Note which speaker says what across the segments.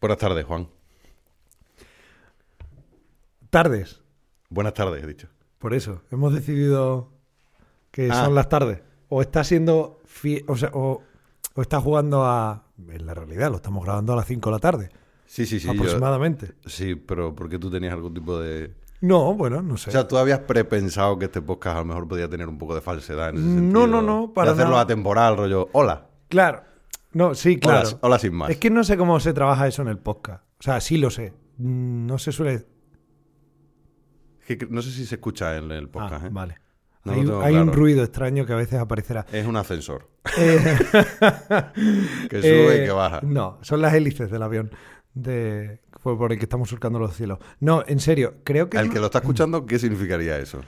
Speaker 1: Buenas tardes, Juan.
Speaker 2: Tardes,
Speaker 1: Buenas tardes, he dicho.
Speaker 2: por eso. Hemos decidido que
Speaker 1: Ah.
Speaker 2: son las tardes. O está siendo. fie- O sea, o, o está jugando a. En la realidad, lo estamos grabando a las 5 de la tarde,
Speaker 1: Sí, sí, sí. yo-
Speaker 2: aproximadamente.
Speaker 1: sí, pero porque tú tenías algún tipo de...
Speaker 2: No, bueno, no
Speaker 1: O
Speaker 2: sé.
Speaker 1: sea, tú habías prepensado que este podcast a lo mejor podía tener un poco de falsedad en ese
Speaker 2: No,
Speaker 1: sentido.
Speaker 2: no, no, para
Speaker 1: Y hacerlo
Speaker 2: nada.
Speaker 1: atemporal, rollo, hola.
Speaker 2: claro. No, sí,
Speaker 1: Hola,
Speaker 2: claro.
Speaker 1: hola sin más.
Speaker 2: Es que no sé cómo se trabaja eso en el podcast. O sea, sí lo sé. Mm, No se suele.
Speaker 1: Es que no sé si se escucha en el podcast,
Speaker 2: Ah,
Speaker 1: ¿eh?
Speaker 2: vale.
Speaker 1: No lo
Speaker 2: hay
Speaker 1: tengo
Speaker 2: hay un
Speaker 1: claro.
Speaker 2: ruido extraño que a veces aparecerá.
Speaker 1: Es un ascensor
Speaker 2: Eh,
Speaker 1: que sube
Speaker 2: Eh,
Speaker 1: y que baja.
Speaker 2: No, son las hélices del avión de, por por el que estamos surcando los cielos. No, en serio, creo que,
Speaker 1: Al que lo está escuchando, ¿qué significaría eso?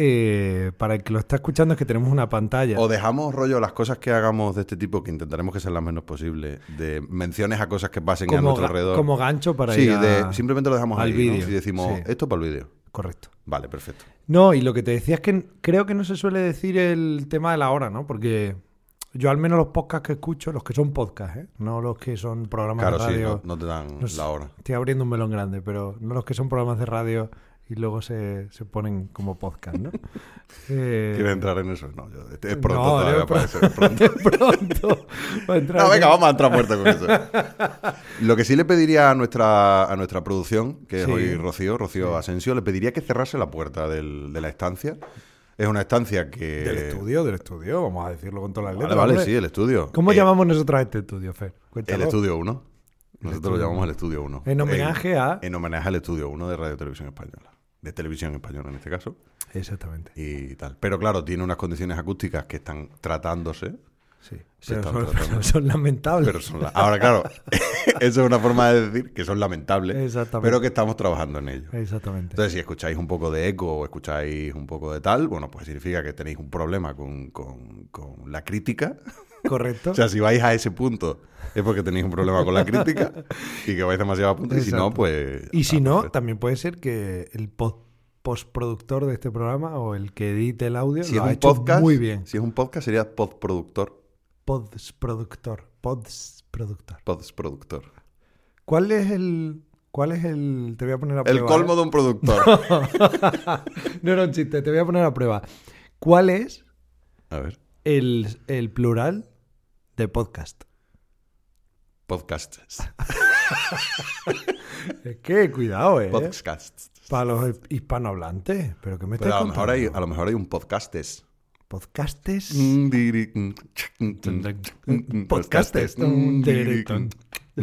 Speaker 2: eh, para el que lo está escuchando es que tenemos una pantalla.
Speaker 1: O dejamos rollo las cosas que hagamos de este tipo, que intentaremos que sean las menos posibles, de menciones a cosas que pasen a
Speaker 2: como,
Speaker 1: nuestro
Speaker 2: ga-
Speaker 1: alrededor.
Speaker 2: como gancho para
Speaker 1: sí,
Speaker 2: ir a-
Speaker 1: de- simplemente lo dejamos
Speaker 2: al
Speaker 1: ahí, ¿no?
Speaker 2: vídeo,
Speaker 1: Y decimos,
Speaker 2: sí.
Speaker 1: esto para el vídeo.
Speaker 2: Correcto.
Speaker 1: Vale, perfecto.
Speaker 2: No, y lo que te decía es que n- creo que no se suele decir el tema de la hora, ¿no? Porque yo al menos los podcasts que escucho, los que son podcasts, ¿eh? no los que son programas
Speaker 1: Claro,
Speaker 2: de
Speaker 1: sí,
Speaker 2: radio.
Speaker 1: no, no te dan
Speaker 2: no sé. Eh,
Speaker 1: la hora.
Speaker 2: Estoy abriendo un melón grande, pero no los que son programas de radio y luego se, se ponen como podcast, ¿no? Eh,
Speaker 1: ¿Quieres entrar en eso? No, yo- es pronto
Speaker 2: no,
Speaker 1: todavía
Speaker 2: no,
Speaker 1: para eso,
Speaker 2: pero-
Speaker 1: es pronto.
Speaker 2: pronto. va a entrar
Speaker 1: No, venga,
Speaker 2: en-
Speaker 1: vamos a entrar muerto con eso. Lo que sí le pediría a nuestra, a nuestra producción, que es
Speaker 2: Sí.
Speaker 1: hoy Rocío, Rocío Asensio, le pediría que cerrase la puerta del- de la estancia. Es una estancia que...
Speaker 2: Del estudio, del estudio, vamos a decirlo con todas las
Speaker 1: Eh, Vale,
Speaker 2: letras.
Speaker 1: vale,
Speaker 2: hombre.
Speaker 1: sí, el estudio.
Speaker 2: ¿Cómo
Speaker 1: Eh,
Speaker 2: llamamos nosotros a este estudio, Fer?
Speaker 1: El
Speaker 2: Cuéntalo.
Speaker 1: Estudio 1. Nosotros lo llamamos el Estudio Eh, 1.
Speaker 2: En homenaje a-
Speaker 1: En homenaje al Estudio 1 de Radio Televisión Española. De Televisión Española en este caso.
Speaker 2: Exactamente.
Speaker 1: Y tal. Pero claro, tiene unas condiciones acústicas que están tratándose.
Speaker 2: Sí.
Speaker 1: Se
Speaker 2: Pero
Speaker 1: están
Speaker 2: son,
Speaker 1: tratando.
Speaker 2: pero son lamentables.
Speaker 1: Pero son la- Ahora, claro, eso es una forma de decir que son lamentables.
Speaker 2: Exactamente.
Speaker 1: Pero que estamos trabajando en ello.
Speaker 2: Exactamente.
Speaker 1: Entonces, si escucháis un poco de eco o escucháis un poco de tal, bueno, pues significa que tenéis un problema con, con- con la crítica.
Speaker 2: Correcto.
Speaker 1: O sea, si vais a ese punto es porque tenéis un problema con la crítica y que vais demasiado a punto. Y si
Speaker 2: Exacto.
Speaker 1: no, pues...
Speaker 2: y si
Speaker 1: ah,
Speaker 2: no,
Speaker 1: perfecto.
Speaker 2: también puede ser que el po- postproductor de este programa o el que edite el audio
Speaker 1: Si
Speaker 2: lo
Speaker 1: es
Speaker 2: ha
Speaker 1: un
Speaker 2: hecho
Speaker 1: podcast,
Speaker 2: muy bien.
Speaker 1: Si es un podcast, sería podproductor.
Speaker 2: Postproductor. Postproductor.
Speaker 1: Podsproductor.
Speaker 2: ¿Cuál es el. ¿Cuál es el. Te voy a poner a
Speaker 1: El
Speaker 2: prueba, ¿eh?
Speaker 1: colmo de un productor.
Speaker 2: No era un chiste, te voy a poner a prueba. ¿Cuál es
Speaker 1: A ver,
Speaker 2: el, el plural de podcast?
Speaker 1: podcasts.
Speaker 2: ¿Eh? Es que cuidado, eh.
Speaker 1: Podcasts.
Speaker 2: Para los hispanohablantes. ¿Pero que me estás
Speaker 1: Pero a lo, mejor
Speaker 2: contando?
Speaker 1: hay, a lo mejor hay un podcastes.
Speaker 2: Podcastes.
Speaker 1: Mm, Podcastes. mm,
Speaker 2: Podcastes.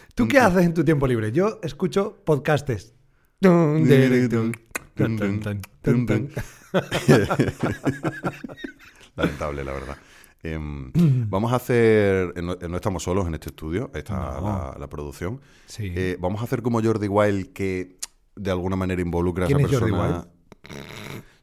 Speaker 2: ¿Tú qué haces en tu tiempo libre? Yo escucho podcastes. Vamos
Speaker 1: Lamentable, la verdad. Em, vamos a hacer. eh, No, no estamos solos en este estudio, está
Speaker 2: No.
Speaker 1: la, la producción.
Speaker 2: Sí.
Speaker 1: Eh, vamos a hacer como Jordi Wild, que de alguna manera involucra a esa
Speaker 2: ¿Quién es Jordi
Speaker 1: persona.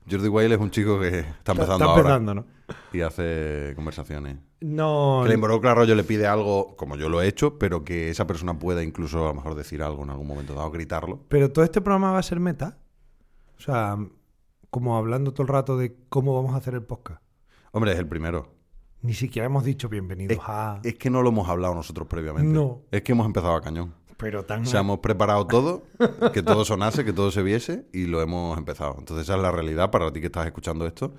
Speaker 1: Jordi Wild es un chico que está empezando ahora
Speaker 2: empezando, ¿no?
Speaker 1: y hace conversaciones.
Speaker 2: No.
Speaker 1: Que le involucra rollo, le pide algo, como yo lo he hecho, pero que esa persona pueda incluso a lo mejor decir algo en algún momento dado, gritarlo.
Speaker 2: Pero todo este programa va a ser meta. O sea, como hablando todo el rato de cómo vamos a hacer el podcast.
Speaker 1: Hombre, es el primero.
Speaker 2: Ni siquiera hemos dicho bienvenidos a.
Speaker 1: Es que no lo hemos hablado nosotros previamente.
Speaker 2: Ah. No.
Speaker 1: Es que hemos empezado a cañón.
Speaker 2: pero tan.
Speaker 1: O sea, hemos preparado todo, que todo sonase, que todo se viese y lo hemos empezado. Entonces esa es la realidad para ti que estás escuchando esto.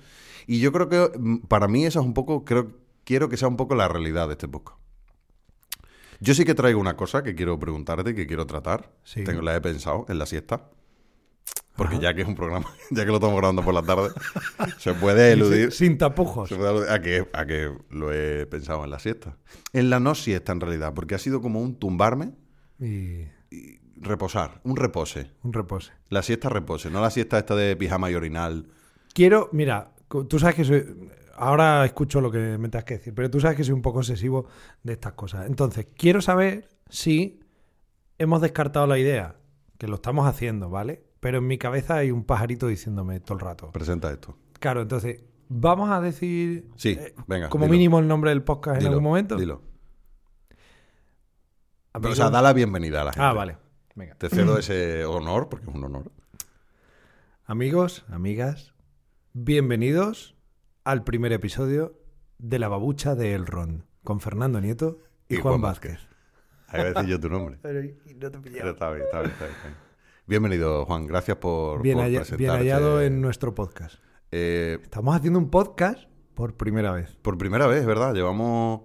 Speaker 1: Y yo creo que mm, para mí esa es un poco, creo, quiero que sea un poco la realidad de este podcast. Yo sí que traigo una cosa que quiero preguntarte, que quiero tratar.
Speaker 2: Sí.
Speaker 1: Tengo, la he pensado en la siesta. Porque
Speaker 2: Ajá.
Speaker 1: ya que es un programa, ya que lo estamos grabando por la tarde, se puede
Speaker 2: sin,
Speaker 1: eludir.
Speaker 2: sin tapujos.
Speaker 1: Se puede aludir a que, a que lo he pensado en la siesta. En la no siesta, en realidad, porque ha sido como un tumbarme,
Speaker 2: Y
Speaker 1: reposar, un repose.
Speaker 2: un repose.
Speaker 1: La siesta repose, no la siesta esta de pijama y orinal.
Speaker 2: Quiero, mira, co- tú sabes que soy. Ahora escucho lo que me tengas que decir, pero tú sabes que soy un poco obsesivo de estas cosas. Entonces, quiero saber si hemos descartado la idea, que lo estamos haciendo, ¿vale? Pero en mi cabeza hay un pajarito diciéndome todo el rato.
Speaker 1: Presenta esto.
Speaker 2: Claro, entonces, vamos a decir
Speaker 1: Sí, venga.
Speaker 2: Eh, como
Speaker 1: dilo,
Speaker 2: mínimo el nombre del podcast en
Speaker 1: dilo,
Speaker 2: algún momento.
Speaker 1: Dilo. Pero,
Speaker 2: Amigos-
Speaker 1: o sea, da la bienvenida a la gente.
Speaker 2: ah, vale. Venga.
Speaker 1: Te cedo ese honor, porque es un honor.
Speaker 2: Amigos, amigas, bienvenidos al primer episodio de La Babucha de Elrond, con Fernando Nieto y, Juan, Vázquez.
Speaker 1: Ahí voy a decir yo tu nombre.
Speaker 2: Pero y no te he pillado.
Speaker 1: Pero está bien, está bien, está bien, está bien. Bienvenido, Juan. Gracias por,
Speaker 2: bien,
Speaker 1: por
Speaker 2: halla-
Speaker 1: presentarte.
Speaker 2: bien hallado en nuestro podcast.
Speaker 1: Eh,
Speaker 2: Estamos haciendo un podcast por primera vez.
Speaker 1: por primera vez, ¿verdad? Llevamos...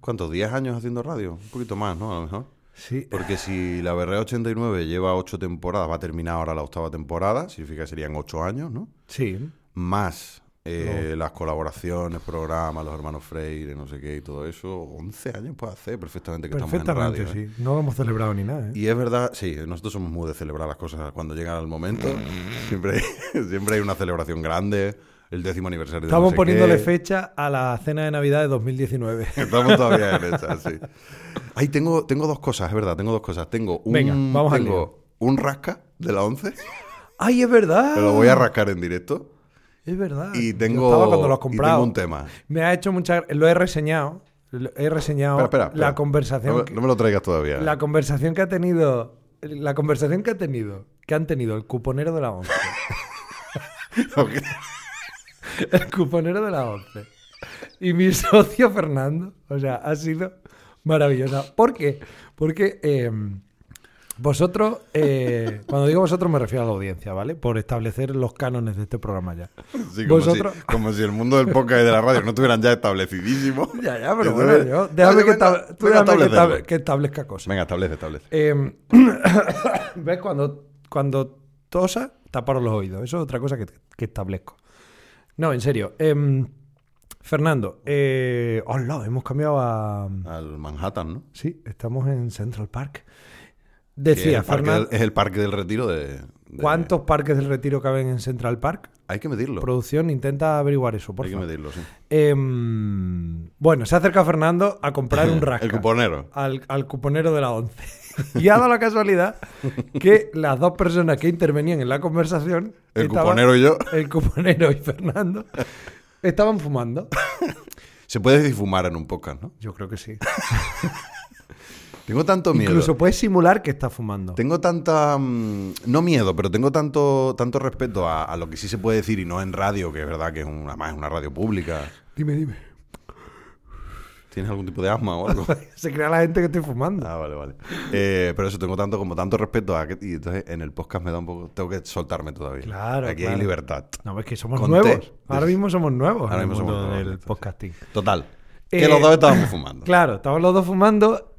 Speaker 1: ¿Cuántos? ¿10 años haciendo radio? Un poquito más, ¿no? A lo mejor.
Speaker 2: Sí.
Speaker 1: Porque si la BR89 lleva ocho temporadas, va a terminar ahora la octava temporada, significa que serían ocho años, ¿no?
Speaker 2: Sí.
Speaker 1: Más eh, las colaboraciones, programas, los hermanos Freire, no sé qué y todo eso. 11 años puede hacer perfectamente que estamos
Speaker 2: Perfectamente,
Speaker 1: en radio. ¿eh?
Speaker 2: sí. No lo hemos celebrado ni nada. ¿eh?
Speaker 1: Y es verdad, sí, nosotros somos muy de celebrar las cosas cuando llega el momento. siempre, hay, siempre hay una celebración grande, el décimo aniversario de no
Speaker 2: Estamos
Speaker 1: sé
Speaker 2: poniéndole
Speaker 1: qué.
Speaker 2: fecha a la cena de Navidad de 2019.
Speaker 1: Estamos todavía en esa, sí. Ahí tengo, tengo dos cosas, es verdad, tengo dos cosas. Tengo un,
Speaker 2: Venga, vamos al
Speaker 1: tengo un rasca de la 11,
Speaker 2: ¡Ay, es verdad!
Speaker 1: te lo voy a rascar en directo.
Speaker 2: Es verdad.
Speaker 1: Y
Speaker 2: Ah, Yo
Speaker 1: tengo,
Speaker 2: estaba cuando lo has
Speaker 1: y
Speaker 2: comprado.
Speaker 1: tengo un tema.
Speaker 2: Me ha hecho mucha. Lo he reseñado. Lo he reseñado
Speaker 1: Espera, espera, espera.
Speaker 2: la conversación.
Speaker 1: No, me-
Speaker 2: que-
Speaker 1: no me lo traigas todavía. ¿eh?
Speaker 2: La conversación que ha tenido. La conversación que ha tenido. Que han tenido el cuponero de la 11.
Speaker 1: Ok.
Speaker 2: el cuponero de la 11. Y mi socio Fernando. O sea, ha sido maravillosa. ¿Por qué? Porque eh, vosotros. eh, cuando digo vosotros, me refiero a la audiencia, ¿vale? Por establecer los cánones de este programa ya.
Speaker 1: Sí, como,
Speaker 2: Vosotros-
Speaker 1: si, como si el mundo del podcast y de la radio no estuvieran ya establecidísimos.
Speaker 2: Ya, ya, pero
Speaker 1: Entonces,
Speaker 2: bueno, yo. Déjame
Speaker 1: oye,
Speaker 2: que,
Speaker 1: venga,
Speaker 2: estab- tú
Speaker 1: venga,
Speaker 2: déjame que
Speaker 1: establecerlo.
Speaker 2: estab- que establezca cosas.
Speaker 1: Venga, establece, establece.
Speaker 2: Eh, ¿Ves? Cuando, cuando tosa, taparos los oídos. Eso es otra cosa que, que establezco. No, en serio. Em, Fernando, eh, hola, hemos cambiado a...
Speaker 1: Al Manhattan, ¿no?
Speaker 2: Sí, estamos en Central Park.
Speaker 1: Que es,
Speaker 2: Decía
Speaker 1: el parque
Speaker 2: Fernando,
Speaker 1: del, es el parque del retiro de... de-
Speaker 2: ¿cuántos parques del retiro caben en Central Park?
Speaker 1: Hay que medirlo.
Speaker 2: Producción, intenta averiguar eso, por
Speaker 1: Hay que
Speaker 2: favor.
Speaker 1: medirlo, sí.
Speaker 2: Em, bueno, se acerca Fernando a comprar un rasca.
Speaker 1: El cuponero.
Speaker 2: al, al cuponero de la 11. Y ha dado la casualidad que las dos personas que intervenían en la conversación,
Speaker 1: El
Speaker 2: estaban-
Speaker 1: cuponero y yo.
Speaker 2: el cuponero y Fernando, estaban fumando.
Speaker 1: Se puede difumar en un podcast, ¿no?
Speaker 2: Yo creo que sí.
Speaker 1: Tengo tanto miedo.
Speaker 2: Incluso puedes simular que está fumando.
Speaker 1: Tengo tanta. mm, No miedo, pero tengo tanto, tanto respeto a, a lo que sí se puede decir y no en radio, que es verdad que es una, más una radio pública.
Speaker 2: Dime, dime.
Speaker 1: ¿Tienes algún tipo de asma o algo?
Speaker 2: Se crea la gente que estoy fumando.
Speaker 1: Ah, vale, vale. Eh, pero eso, tengo tanto como tanto respeto a que. Y entonces en el podcast me da un poco. Tengo que soltarme todavía.
Speaker 2: Claro,
Speaker 1: Aquí hay
Speaker 2: claro.
Speaker 1: libertad.
Speaker 2: No, es que somos
Speaker 1: Con
Speaker 2: nuevos.
Speaker 1: té.
Speaker 2: Ahora mismo somos nuevos
Speaker 1: Ahora
Speaker 2: en el
Speaker 1: mismo
Speaker 2: mundo
Speaker 1: somos nuevos,
Speaker 2: del
Speaker 1: entonces.
Speaker 2: podcasting.
Speaker 1: Total.
Speaker 2: Eh,
Speaker 1: que los dos estábamos fumando.
Speaker 2: Claro, estaban los dos fumando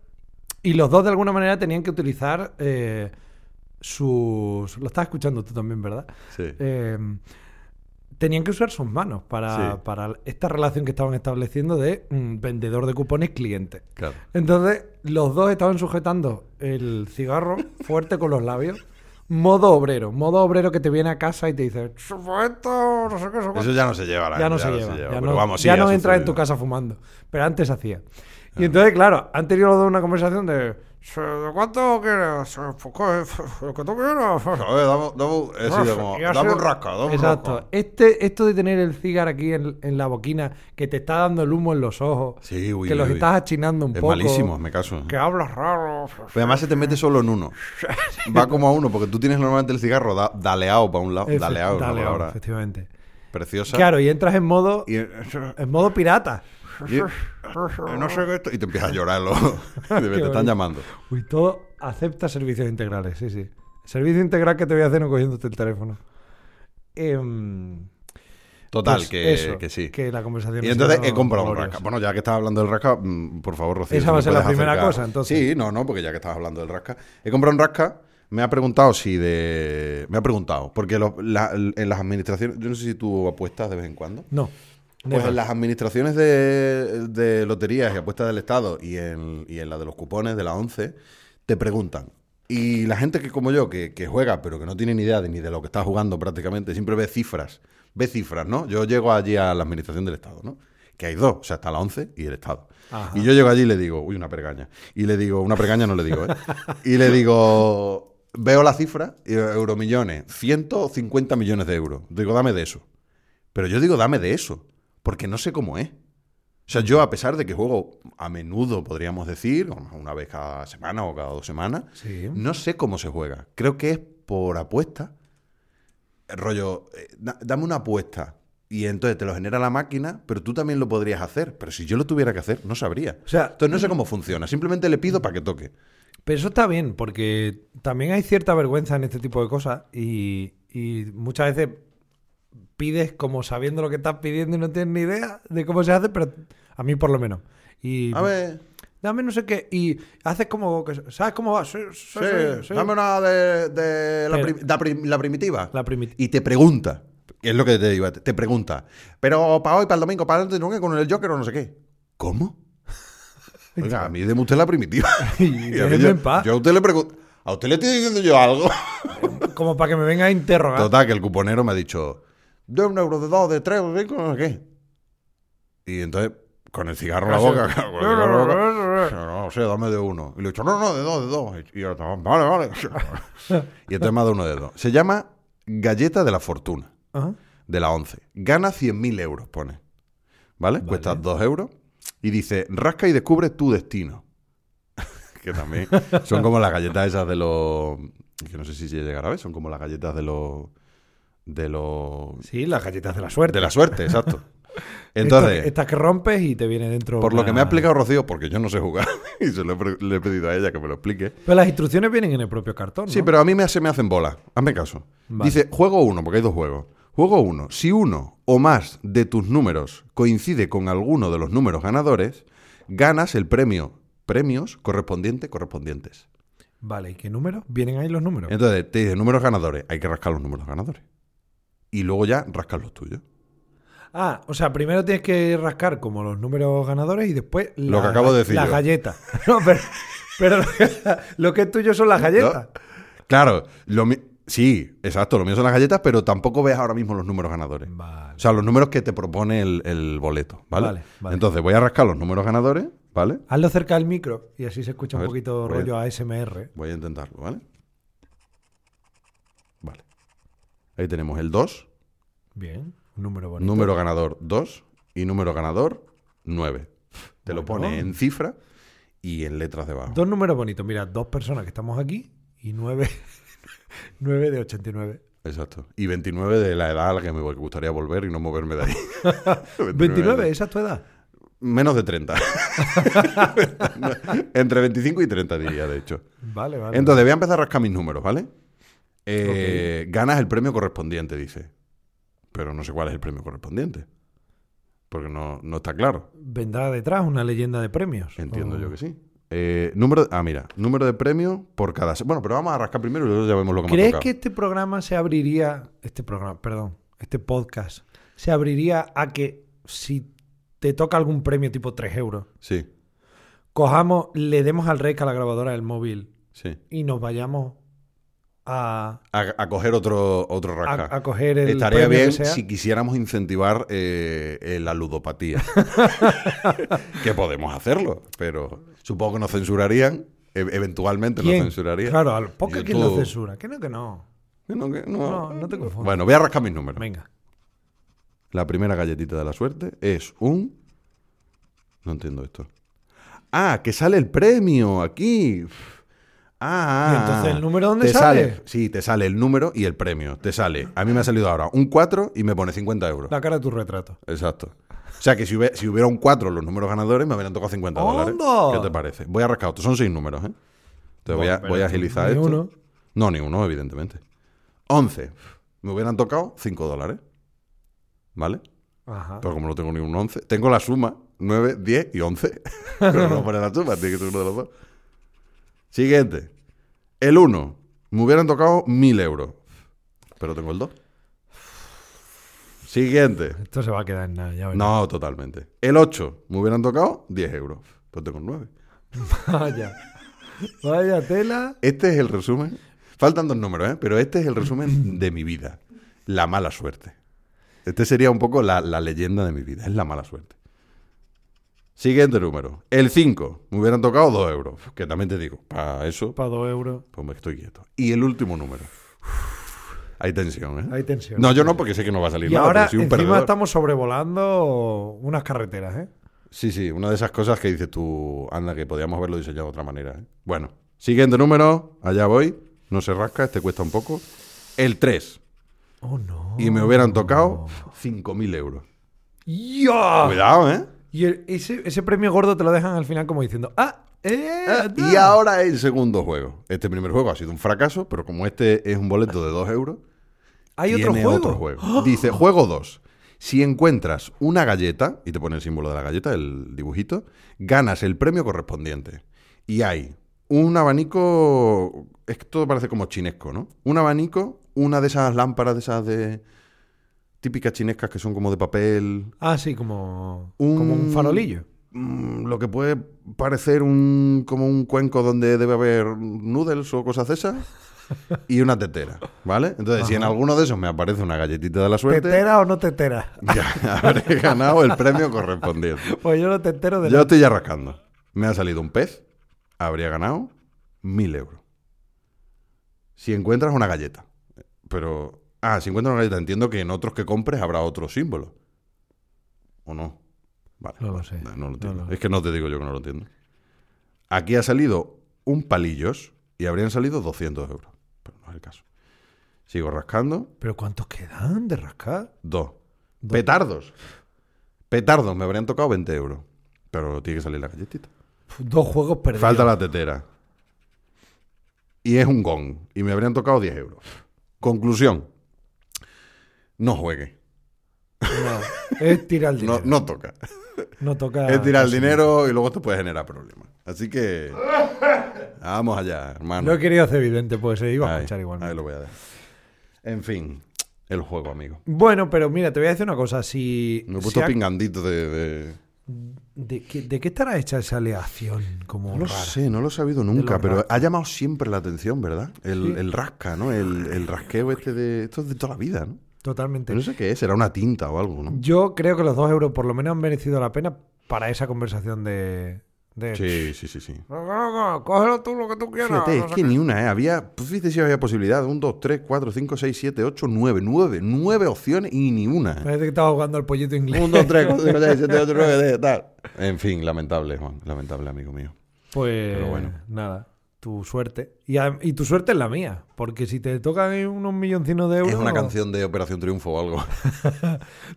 Speaker 2: y los dos de alguna manera tenían que utilizar eh, sus... Lo estás escuchando tú también, ¿verdad?
Speaker 1: Sí.
Speaker 2: Eh, tenían que usar sus manos para,
Speaker 1: Sí.
Speaker 2: para esta relación que estaban estableciendo de mm, vendedor de cupones cliente.
Speaker 1: Claro.
Speaker 2: Entonces, los dos estaban sujetando el cigarro fuerte con los labios. Modo obrero, modo obrero que te viene a casa y te dice, "Sujeto, no sé qué, sujeto".
Speaker 1: Eso ya no se lleva. la-
Speaker 2: Ya no se lleva. ya
Speaker 1: pero
Speaker 2: no,
Speaker 1: vamos, sí,
Speaker 2: ya
Speaker 1: ha
Speaker 2: no entra en
Speaker 1: sucedido.
Speaker 2: tu casa fumando. Pero antes hacía. Y entonces, claro, han tenido los dos una conversación de. "Se- ¿De cuánto quieres? Eh, pues, co- Lo que tú quieras.
Speaker 1: A ver, eh, dame, dame, he sido como,
Speaker 2: Y ha
Speaker 1: dame
Speaker 2: sido-
Speaker 1: un rasca, dame un
Speaker 2: Exacto.
Speaker 1: rasca.
Speaker 2: Este, esto de tener el cigar aquí en, en la boquina, que te está dando el humo en los ojos,
Speaker 1: Sí, uy,
Speaker 2: que los
Speaker 1: uy, uy.
Speaker 2: estás achinando un
Speaker 1: Es
Speaker 2: poco.
Speaker 1: malísimo, me caso.
Speaker 2: Que hablas raro.
Speaker 1: Pero además se te mete solo en uno. Va como a uno, porque tú tienes normalmente el cigarro da- daleado para un lado.
Speaker 2: Efe-
Speaker 1: Daleado, es una
Speaker 2: daleao,
Speaker 1: palabra
Speaker 2: efectivamente.
Speaker 1: preciosa.
Speaker 2: Claro, Eh, y entras en modo,
Speaker 1: Y,
Speaker 2: en modo pirata.
Speaker 1: y- no sé qué esto. Y te empiezas a llorar. Lo, te
Speaker 2: bonito.
Speaker 1: están llamando.
Speaker 2: Uy, todo acepta servicios integrales, sí, sí. Servicio integral que te voy a hacer no cogiéndote el teléfono. Em,
Speaker 1: Total,
Speaker 2: pues
Speaker 1: que,
Speaker 2: eso,
Speaker 1: que sí.
Speaker 2: Que la conversación
Speaker 1: y
Speaker 2: ha
Speaker 1: entonces
Speaker 2: sido
Speaker 1: he comprado un
Speaker 2: gloriosa.
Speaker 1: rasca. Bueno, ya que estás hablando del rasca, mm, por favor, Rocío.
Speaker 2: Esa
Speaker 1: si
Speaker 2: va a
Speaker 1: me
Speaker 2: ser la
Speaker 1: puedes
Speaker 2: primera
Speaker 1: acercar.
Speaker 2: cosa, entonces.
Speaker 1: Sí, no, no, porque ya que estás hablando del rasca. He comprado un rasca. Me ha preguntado si de. Me ha preguntado, porque los- la- en las administraciones. Yo no sé si tú apuestas de vez en cuando.
Speaker 2: No.
Speaker 1: Pues
Speaker 2: never.
Speaker 1: en las administraciones de, de loterías y apuestas del Estado y en, y en la de los cupones de la 11, te preguntan. Y la gente que como yo, que, que juega, pero que no tiene ni idea de, ni de lo que está jugando prácticamente, siempre ve cifras. Ve cifras, ¿no? Yo llego allí a la administración del Estado, ¿no? Que hay dos, o sea, está la 11 y el Estado.
Speaker 2: Ajá.
Speaker 1: Y yo llego allí y le digo, uy, una pergaña. Y le digo, una pergaña no le digo, ¿eh? Y le digo, veo la cifra, y, eh, euromillones, 150 millones de euros. Digo, dame de eso. Pero yo digo, dame de eso, porque no sé cómo es. O sea, yo a pesar de que juego a menudo, podríamos decir, una vez cada semana o cada dos semanas,
Speaker 2: Sí.
Speaker 1: no sé cómo se juega. Creo que es por apuesta. Eh, Rollo, eh, da- dame una apuesta. Y entonces te lo genera la máquina, pero tú también lo podrías hacer. Pero si yo lo tuviera que hacer, no sabría.
Speaker 2: O sea,
Speaker 1: Entonces no sé cómo funciona. Simplemente le pido para que toque.
Speaker 2: Pero eso está bien, porque también hay cierta vergüenza en este tipo de cosas y, y muchas veces pides como sabiendo lo que estás pidiendo y no tienes ni idea de cómo se hace, pero a mí por lo menos. Y
Speaker 1: A ver,
Speaker 2: dame no sé qué y haces como que sabes cómo va, sí,
Speaker 1: sí,
Speaker 2: sí, sí, sí.
Speaker 1: dame una de, de la,
Speaker 2: Pero-
Speaker 1: prim- la prim- la primitiva.
Speaker 2: la primitiva.
Speaker 1: y te pregunta. que Es lo que te digo, te te pregunta. Pero para hoy, para el domingo, para el domingo con el Joker o no sé qué. ¿Cómo? Oiga, a mí déme usted la primitiva.
Speaker 2: Y
Speaker 1: Y a mí
Speaker 2: déjeme
Speaker 1: yo,
Speaker 2: en paz. Ah.
Speaker 1: yo a usted le pregunto. A usted le estoy diciendo yo algo.
Speaker 2: Como para que me venga a interrogar.
Speaker 1: Total, que el cuponero me ha dicho, de un euro, de dos, de tres, de cinco, no sé qué. Y entonces, con el cigarro en la
Speaker 2: Casi-
Speaker 1: boca, con el cigarro en la boca, no, no sé, dame de uno. Y le he dicho, no, no, de dos, de dos. Y yo, "Ah, vale, vale. Y entonces me ha dado uno de dos. Se llama Galleta de la Fortuna,
Speaker 2: Ajá.
Speaker 1: de la 11. Gana 100.000 euros, pone. ¿Vale?
Speaker 2: Vale.
Speaker 1: Cuesta 2 euros. Y dice, rasca y descubre tu destino. que también son como las galletas esas de los... Que no sé si se llegará a ver, son como las galletas de los... De los...
Speaker 2: Sí, las galletas de la suerte.
Speaker 1: De la suerte, exacto. Entonces,
Speaker 2: Estas- estas que rompes y te viene dentro.
Speaker 1: por lo que
Speaker 2: una-
Speaker 1: me ha explicado Rocío, porque yo no sé jugar, y se lo he, pre- le he pedido a ella que me lo explique.
Speaker 2: Pero las instrucciones vienen en el propio cartón.
Speaker 1: Sí,
Speaker 2: ¿no?
Speaker 1: pero a mí me, se me hacen bolas. Hazme caso.
Speaker 2: Vale.
Speaker 1: Dice, juego uno, porque hay dos juegos. Juego uno. Si uno o más de tus números coincide con alguno de los números ganadores, ganas el premio. Premios correspondiente, correspondientes.
Speaker 2: Vale, ¿y qué números? Vienen ahí los números.
Speaker 1: Entonces, te dice, números ganadores. Hay que rascar los números ganadores. Y luego ya rascas los tuyos.
Speaker 2: Ah, o sea, primero tienes que rascar como los números ganadores y después
Speaker 1: Lo
Speaker 2: la-
Speaker 1: que acabo de decir
Speaker 2: las
Speaker 1: yo.
Speaker 2: galletas. No, pero, pero lo que es tuyo son las galletas.
Speaker 1: Claro, lo mi- sí, exacto, lo mío son las galletas, pero tampoco ves ahora mismo los números ganadores. O
Speaker 2: Vale.
Speaker 1: sea, los números que te propone el, el boleto, ¿vale?
Speaker 2: Vale, vale.
Speaker 1: Entonces voy a rascar los números ganadores, ¿vale?
Speaker 2: Hazlo cerca del micro y así se escucha
Speaker 1: A
Speaker 2: un
Speaker 1: ver,
Speaker 2: poquito
Speaker 1: voy a-
Speaker 2: rollo ASMR.
Speaker 1: Voy a intentarlo, ¿vale? Vale. Ahí tenemos el 2,
Speaker 2: Bien, un número bonito.
Speaker 1: número ganador 2 y número ganador 9. Te lo
Speaker 2: Bueno.
Speaker 1: pone en cifra y en letras debajo.
Speaker 2: Dos números bonitos. Mira, dos personas que estamos aquí y nueve, nueve de 89.
Speaker 1: Exacto. Y 29 de la edad a la que me gustaría volver y no moverme de ahí.
Speaker 2: 29, esa es tu edad.
Speaker 1: Menos de 30. Entre 25 y 30 diría, de hecho.
Speaker 2: Vale, vale.
Speaker 1: Entonces voy a empezar a rascar mis números, ¿vale? Eh, Ganas el premio correspondiente, dice. Pero no sé cuál es el premio correspondiente. Porque no, no está claro.
Speaker 2: vendrá detrás una leyenda de premios.
Speaker 1: Entiendo
Speaker 2: O-
Speaker 1: yo que sí. Eh, número, ah, mira, número de premio por cada... se- Bueno, pero vamos a rascar primero y luego ya vemos lo que me ha
Speaker 2: ¿Crees
Speaker 1: tocado.
Speaker 2: que este programa se abriría, este programa, perdón, este podcast, se abriría a que si te toca algún premio tipo 3 euros,
Speaker 1: Sí,
Speaker 2: cojamos, le demos al rey a la grabadora del móvil
Speaker 1: sí.
Speaker 2: y nos vayamos a,
Speaker 1: A, a coger otro, otro
Speaker 2: a-
Speaker 1: rasca.
Speaker 2: a coger el
Speaker 1: Estaría
Speaker 2: premio que
Speaker 1: bien
Speaker 2: sea?
Speaker 1: si quisiéramos incentivar eh, eh, la ludopatía. que podemos hacerlo, pero supongo que nos censurarían. e- eventualmente
Speaker 2: ¿Quién?
Speaker 1: nos censurarían.
Speaker 2: Claro, al poco que lo
Speaker 1: YouTube.
Speaker 2: censura. Que no, que no.
Speaker 1: Que no, que no.
Speaker 2: No, no te confundas.
Speaker 1: Bueno, voy a rascar mis números.
Speaker 2: Venga.
Speaker 1: La primera galletita de la suerte es un. No entiendo esto. Ah, que sale el premio aquí. Ah.
Speaker 2: ¿Y entonces el número dónde
Speaker 1: te
Speaker 2: sale?
Speaker 1: Sí, te sale el número y el premio. Te sale. A mí me ha salido ahora un 4 y me pone 50 euros.
Speaker 2: La cara de tu retrato.
Speaker 1: Exacto. O sea que si, hubie- si hubiera un 4 los números ganadores, me hubieran tocado 50 dólares.
Speaker 2: ¡Hondo!
Speaker 1: ¿Qué te parece? Voy a rascar otro. Son 6 números, ¿eh? Entonces voy, a,
Speaker 2: Bueno,
Speaker 1: voy a
Speaker 2: pero
Speaker 1: agilizar
Speaker 2: ni
Speaker 1: esto.
Speaker 2: uno.
Speaker 1: No, ni uno, evidentemente. 11. Me hubieran tocado 5 dólares. ¿Vale?
Speaker 2: Ajá.
Speaker 1: Pero como no tengo ni un 11, tengo la suma 9, 10 y 11. Pero no pone la suma, tiene que ser uno de los dos. Siguiente. El 1. Me hubieran tocado 1000 euros. Pero tengo el 2. Siguiente.
Speaker 2: Esto se va a quedar en nada, ya verás.
Speaker 1: No, totalmente. El 8. Me hubieran tocado 10 euros. Pero tengo el 9.
Speaker 2: Vaya. Vaya tela.
Speaker 1: Este es el resumen. Faltan dos números, ¿eh? Pero este es el resumen de mi vida. La mala suerte. Este sería un poco la, la leyenda de mi vida. Es la mala suerte. Siguiente número. El 5. Me hubieran tocado 2 euros. Que también te digo, para eso,
Speaker 2: Para dos euros.
Speaker 1: pues me estoy quieto. Y el último número. Hay tensión, ¿eh?
Speaker 2: Hay tensión.
Speaker 1: No, yo no, porque sé que no va a salir
Speaker 2: Y
Speaker 1: nada.
Speaker 2: ahora
Speaker 1: porque soy un
Speaker 2: encima
Speaker 1: perdedor.
Speaker 2: estamos sobrevolando unas carreteras, ¿eh?
Speaker 1: Sí, sí, una de esas cosas que dices tú, anda, que podíamos haberlo diseñado de otra manera. ¿eh? Bueno, siguiente número, allá voy, no se rasca, este cuesta un poco. El 3.
Speaker 2: Oh, no.
Speaker 1: y me hubieran tocado 5.000 euros.
Speaker 2: ¡Ya!
Speaker 1: Cuidado, ¿eh?
Speaker 2: Y el- ese, ese premio gordo te lo dejan al final como diciendo, ah, eh,
Speaker 1: Ah,
Speaker 2: anda".
Speaker 1: Y ahora el segundo juego. Este primer juego ha sido un fracaso, pero como este es un boleto de 2 euros,
Speaker 2: hay otro
Speaker 1: tiene
Speaker 2: juego. ¡Ah!
Speaker 1: juego. Dice, juego 2. Si encuentras una galleta, y te pone el símbolo de la galleta, el dibujito, ganas el premio correspondiente. Y hay un abanico, esto parece como chinesco, ¿no? Un abanico, una de esas lámparas de esas de típicas chinescas que son como de papel,
Speaker 2: Ah, sí, como
Speaker 1: Un-
Speaker 2: como un farolillo.
Speaker 1: mm, lo que puede parecer un como un cuenco donde debe haber noodles o cosas de esas y una tetera, ¿vale? Entonces, si en alguno de esos me aparece una galletita de la suerte,
Speaker 2: ¿Tetera o no tetera?
Speaker 1: ya habré ganado el premio correspondiente.
Speaker 2: Pues yo no te entero de
Speaker 1: Yo
Speaker 2: nada.
Speaker 1: estoy ya rascando. Me ha salido un pez, habría ganado mil euros. Si encuentras una galleta, pero... Ah, si encuentras una galleta, entiendo que en otros que compres habrá otro símbolo. ¿O no? Vale.
Speaker 2: No lo sé.
Speaker 1: No, no lo entiendo.
Speaker 2: No lo-
Speaker 1: Es que no te digo yo que no lo entiendo. Aquí ha salido un palillos y habrían salido 200 euros. Pero no es el caso. Sigo rascando.
Speaker 2: ¿Pero cuántos quedan de rascar?
Speaker 1: Dos.
Speaker 2: Dos.
Speaker 1: Petardos. Petardos. Me habrían tocado 20 euros. Pero tiene que salir la galletita.
Speaker 2: Pf, Dos juegos perdidos.
Speaker 1: Falta la tetera. Y es un gong. Y me habrían tocado 10 euros. Conclusión. No juegue.
Speaker 2: No, es tirar el
Speaker 1: No,
Speaker 2: dinero. Ah, No,
Speaker 1: no toca.
Speaker 2: toca...
Speaker 1: es tirar el dinero y luego te puede generar problemas. Así que... Vamos allá, hermano.
Speaker 2: Lo he querido hacer evidente, pues se iba a
Speaker 1: Ahí,
Speaker 2: escuchar igualmente.
Speaker 1: ahí lo voy a dar. En fin, el juego, amigo.
Speaker 2: Bueno, pero mira, te voy a decir una cosa. Si,
Speaker 1: Me he
Speaker 2: si
Speaker 1: puesto
Speaker 2: ha-
Speaker 1: pingandito de... de-
Speaker 2: ¿de, qué, de qué estará hecha esa aleación? Como
Speaker 1: No lo
Speaker 2: rara?
Speaker 1: sé, no lo he sabido nunca,
Speaker 2: los
Speaker 1: pero
Speaker 2: rascas.
Speaker 1: ha llamado siempre la atención, ¿verdad? El,
Speaker 2: Sí.
Speaker 1: el rasca, ¿no? El, el rasqueo este de... Esto es de toda la vida, ¿no?
Speaker 2: Totalmente.
Speaker 1: No sé qué es, será una tinta o algo, ¿no?
Speaker 2: Yo creo que los dos euros por lo menos han merecido la pena para esa conversación de... de-
Speaker 1: Sí, sí, sí, sí.
Speaker 2: Cógelo tú lo que tú quieras.
Speaker 1: Fíjate,
Speaker 2: no
Speaker 1: es
Speaker 2: sé
Speaker 1: que
Speaker 2: qué.
Speaker 1: ni una, ¿eh? Había, pues fíjate si había posibilidad, un, dos, tres, cuatro, cinco, seis, siete, ocho, nueve, nueve, nueve opciones y ni una. ¿eh?
Speaker 2: Parece que estaba jugando al pollito inglés.
Speaker 1: Un, dos, tres, cuatro, cinco, seis, siete, ocho, nueve, diez, tal. En fin, lamentable, Juan, lamentable, amigo mío.
Speaker 2: Pues
Speaker 1: Pero bueno.
Speaker 2: nada, tu suerte. Y, adem- y tu suerte es la mía, porque si te tocan ahí unos milloncinos de euros...
Speaker 1: Es una canción de Operación Triunfo o algo.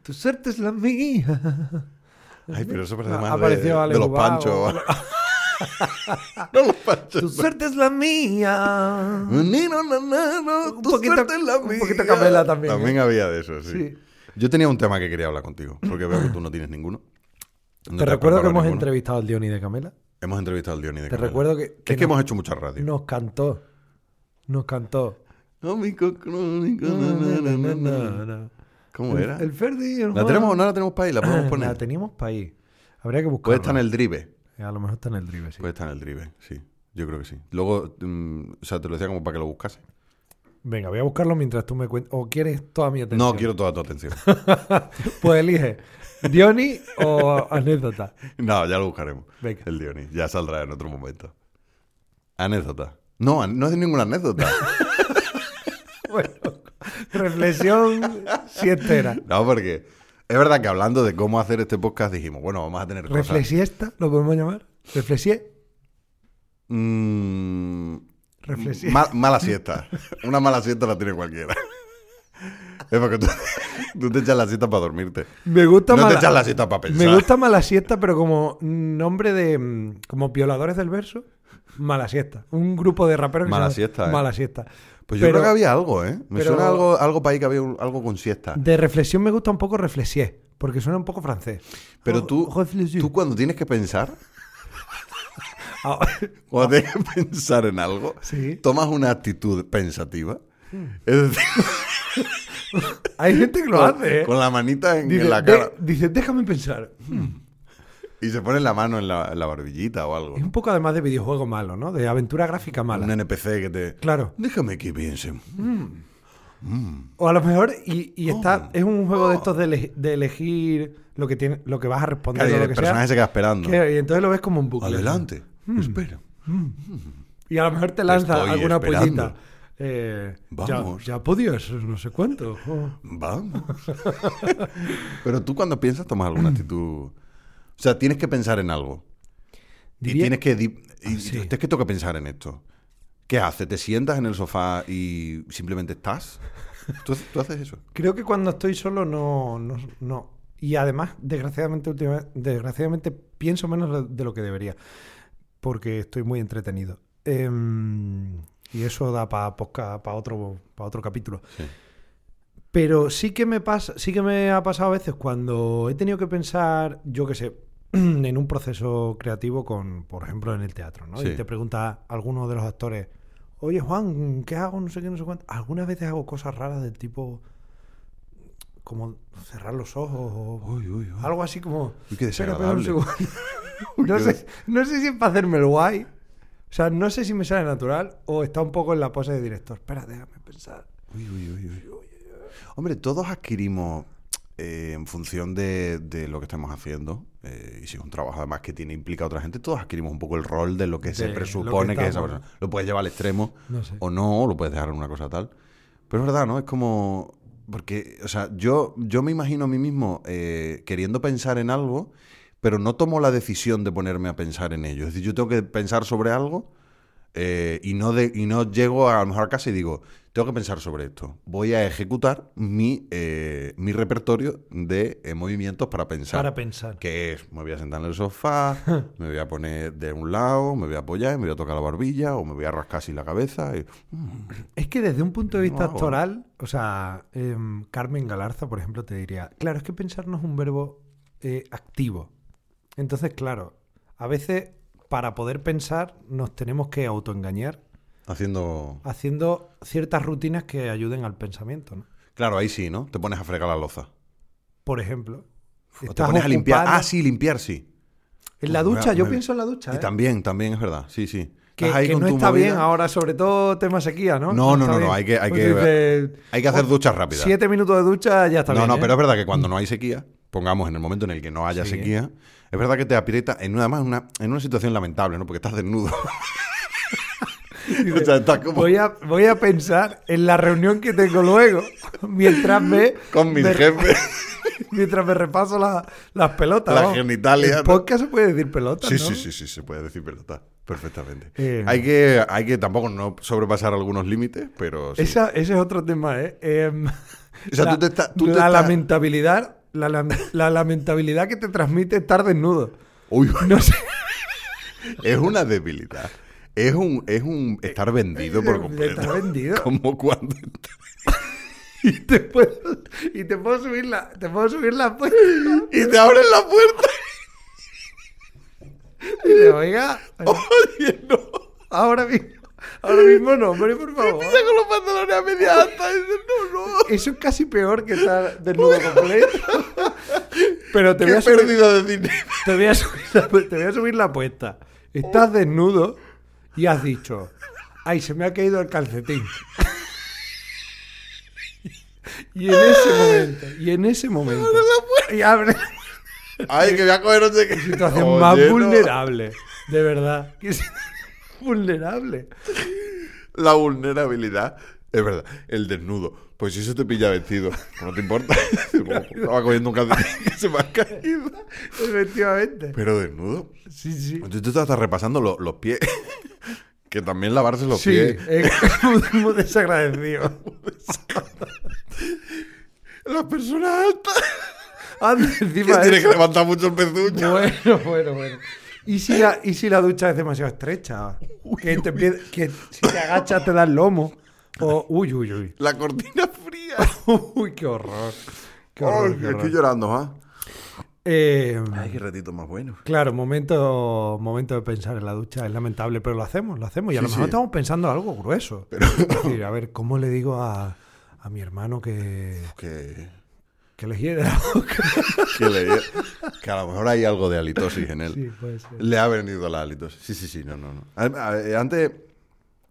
Speaker 2: Tu suerte es la mía.
Speaker 1: Ay, pero eso parece
Speaker 2: Ha-
Speaker 1: más
Speaker 2: ha
Speaker 1: de,
Speaker 2: aparecido Ah, Ale
Speaker 1: de los
Speaker 2: Gubao.
Speaker 1: panchos. no los panchos.
Speaker 2: Tu suerte es la mía.
Speaker 1: Ni, no, no, no, no,
Speaker 2: Un
Speaker 1: tu
Speaker 2: poquito-
Speaker 1: suerte es la
Speaker 2: un
Speaker 1: mía.
Speaker 2: poquito capela también, ¿eh?
Speaker 1: También había de eso, sí.
Speaker 2: Sí.
Speaker 1: Yo tenía un tema que quería hablar contigo, porque veo que tú no tienes ninguno. No
Speaker 2: te
Speaker 1: has
Speaker 2: recuerdo que
Speaker 1: preparado
Speaker 2: hemos
Speaker 1: ninguno.
Speaker 2: entrevistado al Diony de Camela.
Speaker 1: Hemos entrevistado al Diony de
Speaker 2: Te recuerdo que,
Speaker 1: Que
Speaker 2: que
Speaker 1: es que
Speaker 2: nos,
Speaker 1: hemos hecho mucha radio.
Speaker 2: nos cantó. Nos cantó.
Speaker 1: Cómico, crónico, na, na, na, na, na. ¿Cómo era?
Speaker 2: El, el Ferdi. el
Speaker 1: ¿La
Speaker 2: Juan. Ah,
Speaker 1: tenemos, no la tenemos para ahí, la podemos
Speaker 2: La
Speaker 1: poner.
Speaker 2: teníamos para ahí. Habría que buscarla.
Speaker 1: Puede estar en el drive.
Speaker 2: A lo mejor está en el drive, sí.
Speaker 1: Puede estar en el drive, sí. Yo creo que sí. Luego, mm, o sea, te lo decía como para que lo buscase.
Speaker 2: Venga, voy a buscarlo mientras tú me cuentas. ¿O quieres toda mi atención?
Speaker 1: No, quiero toda tu atención.
Speaker 2: Pues elige. Diony o anécdota.
Speaker 1: No, ya lo buscaremos.
Speaker 2: Venga.
Speaker 1: El Diony. Ya saldrá en otro momento. Anécdota. No, an- no es ninguna anécdota.
Speaker 2: Bueno, reflexión siestera.
Speaker 1: No, porque es verdad que hablando de cómo hacer este podcast dijimos, bueno, vamos a tener cosas.
Speaker 2: ¿Reflexiesta? ¿Lo podemos llamar? ¿Reflexie?
Speaker 1: Mm,
Speaker 2: Reflexie.
Speaker 1: ma- mala siesta. Una mala siesta la tiene cualquiera. Es porque tú, tú te echas la siesta para dormirte.
Speaker 2: Me gusta
Speaker 1: No
Speaker 2: más.
Speaker 1: te echas la siesta para pensar.
Speaker 2: Me gusta mala siesta, pero como nombre de. mm, como violadores del verso, mala siesta. Un grupo de raperos que
Speaker 1: Mala
Speaker 2: se llama
Speaker 1: siesta, ¿eh?
Speaker 2: Mala siesta.
Speaker 1: Pues yo
Speaker 2: Pero
Speaker 1: creo que había algo, ¿eh? Me
Speaker 2: pero-
Speaker 1: suena algo, algo para ahí que había un- algo con siesta.
Speaker 2: De reflexión me gusta un poco reflexié, porque suena un poco francés.
Speaker 1: Pero tú,
Speaker 2: Reflexión.
Speaker 1: tú cuando tienes que pensar,
Speaker 2: Ah,
Speaker 1: cuando tienes que pensar en algo,
Speaker 2: Sí.
Speaker 1: tomas una actitud pensativa. Es decir,
Speaker 2: Hay gente que lo
Speaker 1: con,
Speaker 2: hace, ¿eh?
Speaker 1: con la manita en,
Speaker 2: dice,
Speaker 1: en la
Speaker 2: "De-
Speaker 1: cara.
Speaker 2: dice, déjame pensar.
Speaker 1: Y se pone la mano en la, en la barbillita o algo.
Speaker 2: Es un poco además de videojuego malo, ¿no? De aventura gráfica
Speaker 1: Un
Speaker 2: mala.
Speaker 1: NPC que te...
Speaker 2: Claro.
Speaker 1: Déjame que piensen.
Speaker 2: O a lo mejor, y, y está,
Speaker 1: Oh.
Speaker 2: es un juego de estos de, ele- de elegir lo que, tiene, lo que vas a responder
Speaker 1: Claro, y
Speaker 2: o lo
Speaker 1: el
Speaker 2: que
Speaker 1: personaje
Speaker 2: sea.
Speaker 1: se queda esperando.
Speaker 2: Que- y entonces lo ves como un bucle.
Speaker 1: Adelante. Espera.
Speaker 2: Y a lo mejor te lanza
Speaker 1: estoy
Speaker 2: alguna
Speaker 1: esperando.
Speaker 2: pollita. Eh,
Speaker 1: Vamos.
Speaker 2: Ya, ya podías, no sé cuánto. Oh.
Speaker 1: Vamos. Hmm. Pero tú cuando piensas tomas alguna actitud... O sea, tienes que pensar en algo.
Speaker 2: Diría-
Speaker 1: Y tienes que... di- y-
Speaker 2: Ah, sí.
Speaker 1: Es que tengo que pensar en esto. ¿Qué haces? ¿Te sientas en el sofá y simplemente estás? ¿Tú, tú haces eso?
Speaker 2: Creo que cuando estoy solo no, no, no. Y además, desgraciadamente, última- desgraciadamente pienso menos de lo que debería, porque estoy muy entretenido. Em, y eso da para otro, pa otro capítulo.
Speaker 1: Sí.
Speaker 2: Pero sí que me pasa, sí que me ha pasado a veces cuando he tenido que pensar, yo qué sé, en un proceso creativo con, por ejemplo, en el teatro, ¿no?
Speaker 1: Sí.
Speaker 2: Y te pregunta alguno de los actores, oye Juan, ¿qué hago? No sé qué, no sé cuánto. Algunas veces hago cosas raras del tipo como cerrar los ojos o
Speaker 1: Uy, uy, uy.
Speaker 2: algo así como.
Speaker 1: Uy, qué
Speaker 2: Espera, espera un
Speaker 1: desagradable.
Speaker 2: segundo. no, sé, no sé si es para hacerme el guay. O sea, no sé si me sale natural o está un poco en la pose de director. Espera, déjame pensar.
Speaker 1: Uy, uy, uy, uy. Hombre, todos adquirimos eh, en función de, de lo que estamos haciendo, eh, y si es un trabajo además que tiene implica a otra gente, todos adquirimos un poco el rol de lo que
Speaker 2: De
Speaker 1: se
Speaker 2: lo que
Speaker 1: presupone que, es esa
Speaker 2: estamos.
Speaker 1: persona. Lo puedes llevar al extremo
Speaker 2: No sé.
Speaker 1: o no, o lo puedes dejar en una cosa tal. Pero es verdad, ¿no? Es como. Porque, o sea, yo, yo me imagino a mí mismo eh, queriendo pensar en algo, pero no tomo la decisión de ponerme a pensar en ello. Es decir, yo tengo que pensar sobre algo eh, y, no de, y no llego a, lo mejor a casa y digo, tengo que pensar sobre esto. Voy a ejecutar mi, eh, mi repertorio de eh, movimientos para pensar.
Speaker 2: Para pensar.
Speaker 1: que es, me voy a sentar en el sofá, me voy a poner de un lado, me voy a apoyar, me voy a tocar la barbilla o me voy a rascar así la cabeza. eh, y-
Speaker 2: Es que desde un punto de
Speaker 1: No
Speaker 2: vista
Speaker 1: hago.
Speaker 2: actoral, o sea, em, Carmen Galarza, por ejemplo, te diría, claro, es que pensar no es un verbo eh, activo. Entonces, claro, a veces para poder pensar nos tenemos que autoengañar
Speaker 1: Haciendo.
Speaker 2: haciendo ciertas rutinas que ayuden al pensamiento, ¿no?
Speaker 1: Claro, ahí sí, ¿no? Te pones a fregar la loza.
Speaker 2: Por ejemplo,
Speaker 1: O te
Speaker 2: estás
Speaker 1: pones a limpiar.
Speaker 2: ocupado-
Speaker 1: Ah, sí, limpiar, sí.
Speaker 2: En la
Speaker 1: Uf,
Speaker 2: ducha,
Speaker 1: me-
Speaker 2: yo
Speaker 1: me-
Speaker 2: pienso en la ducha.
Speaker 1: Y
Speaker 2: ¿eh?
Speaker 1: también, también es verdad. Sí, sí.
Speaker 2: que,
Speaker 1: Estás ahí
Speaker 2: que
Speaker 1: con
Speaker 2: no
Speaker 1: tu
Speaker 2: está
Speaker 1: movida.
Speaker 2: bien ahora, sobre todo tema sequía, ¿no?
Speaker 1: No, no,
Speaker 2: está
Speaker 1: no, no,
Speaker 2: bien.
Speaker 1: hay que- hay
Speaker 2: Pues
Speaker 1: que-
Speaker 2: dices,
Speaker 1: Hay que hacer duchas rápidas.
Speaker 2: siete minutos de ducha ya está
Speaker 1: no,
Speaker 2: bien.
Speaker 1: no,
Speaker 2: ¿eh?
Speaker 1: pero es verdad que cuando no hay sequía, pongamos en el momento en el que no haya
Speaker 2: Sí.
Speaker 1: sequía, es verdad que te aprieta en una, además en una, en una situación lamentable, ¿no? Porque estás desnudo. o sea, estás como
Speaker 2: Voy a, voy a pensar en la reunión que tengo luego, mientras me...
Speaker 1: con mi
Speaker 2: me-
Speaker 1: jefe.
Speaker 2: Mientras me repaso la- las pelotas.
Speaker 1: Las
Speaker 2: vamos.
Speaker 1: genitalias,
Speaker 2: En
Speaker 1: ¿no?
Speaker 2: podcast se puede decir pelotas,
Speaker 1: Sí,
Speaker 2: ¿no?
Speaker 1: sí, sí, sí, se puede decir pelota. Perfectamente.
Speaker 2: Eh,
Speaker 1: hay, que, hay que tampoco no sobrepasar algunos límites, pero sí.
Speaker 2: Esa- ese es otro tema, ¿eh? Em,
Speaker 1: O sea, tú te estás- tú
Speaker 2: la
Speaker 1: te estás-
Speaker 2: lamentabilidad... La, lam- la lamentabilidad que te transmite estar desnudo.
Speaker 1: Uy,
Speaker 2: No sé.
Speaker 1: Es una debilidad. Es un, es un estar vendido por completo.
Speaker 2: Eh, Estar vendido.
Speaker 1: Como cuando.
Speaker 2: Y te puedo, y te puedo subir la... Te puedo subir la apuesta.
Speaker 1: Y te abren la puerta.
Speaker 2: Y digo, Oiga,
Speaker 1: Oh. Oye, no.
Speaker 2: ahora mismo... Ahora mismo no, hombre, por favor.
Speaker 1: Empieza con los pantalones a media alta. Y dices, no, no.
Speaker 2: Eso es casi peor que estar desnudo completo. Pero te voy,
Speaker 1: Qué
Speaker 2: a subir,
Speaker 1: pérdida de dinero.
Speaker 2: te, voy a subir la, te voy a subir la apuesta. Estás desnudo y has dicho, ay, se me ha caído el calcetín. Y en ese momento, y en ese momento, y abre la
Speaker 1: Ay, que voy a coger no sé qué.
Speaker 2: situación
Speaker 1: Oye,
Speaker 2: más
Speaker 1: no.
Speaker 2: vulnerable, de verdad. Que es vulnerable.
Speaker 1: La vulnerabilidad. Es verdad. El desnudo. Pues si eso te pilla vestido, no te importa. Estaba cogiendo un calcetín que se me ha caído.
Speaker 2: Efectivamente.
Speaker 1: Pero desnudo.
Speaker 2: Sí, sí.
Speaker 1: Entonces tú te estás repasando lo- los pies. que también lavarse los
Speaker 2: Sí,
Speaker 1: pies.
Speaker 2: es muy- muy desagradecido.
Speaker 1: Las personas altas.
Speaker 2: Antes,
Speaker 1: Que
Speaker 2: encima
Speaker 1: tienes que
Speaker 2: eso.
Speaker 1: levantar mucho el pezuño.
Speaker 2: Bueno, bueno, bueno. ¿Y si, la, ¿Y si la ducha es demasiado estrecha? que, te empie- que si te agachas te da el lomo. O, uy, uy, uy.
Speaker 1: La cortina fría.
Speaker 2: Uy, qué horror. Qué horror,
Speaker 1: Ay,
Speaker 2: qué
Speaker 1: estoy
Speaker 2: horror.
Speaker 1: llorando, ¿ah?
Speaker 2: Eh,
Speaker 1: Ay, qué ratito más bueno.
Speaker 2: claro, momento, momento de pensar en la ducha es lamentable, pero lo hacemos, lo hacemos. Y a
Speaker 1: Sí,
Speaker 2: lo mejor
Speaker 1: sí.
Speaker 2: estamos pensando algo grueso. Es decir, a ver, ¿cómo le digo a, a mi hermano que,
Speaker 1: Que,
Speaker 2: que le hiede la boca?
Speaker 1: que, le- que a lo mejor hay algo de halitosis en él.
Speaker 2: Sí, puede ser.
Speaker 1: Le ha venido la halitosis. Sí, sí, sí, no, no, no. A- a- eh, Antes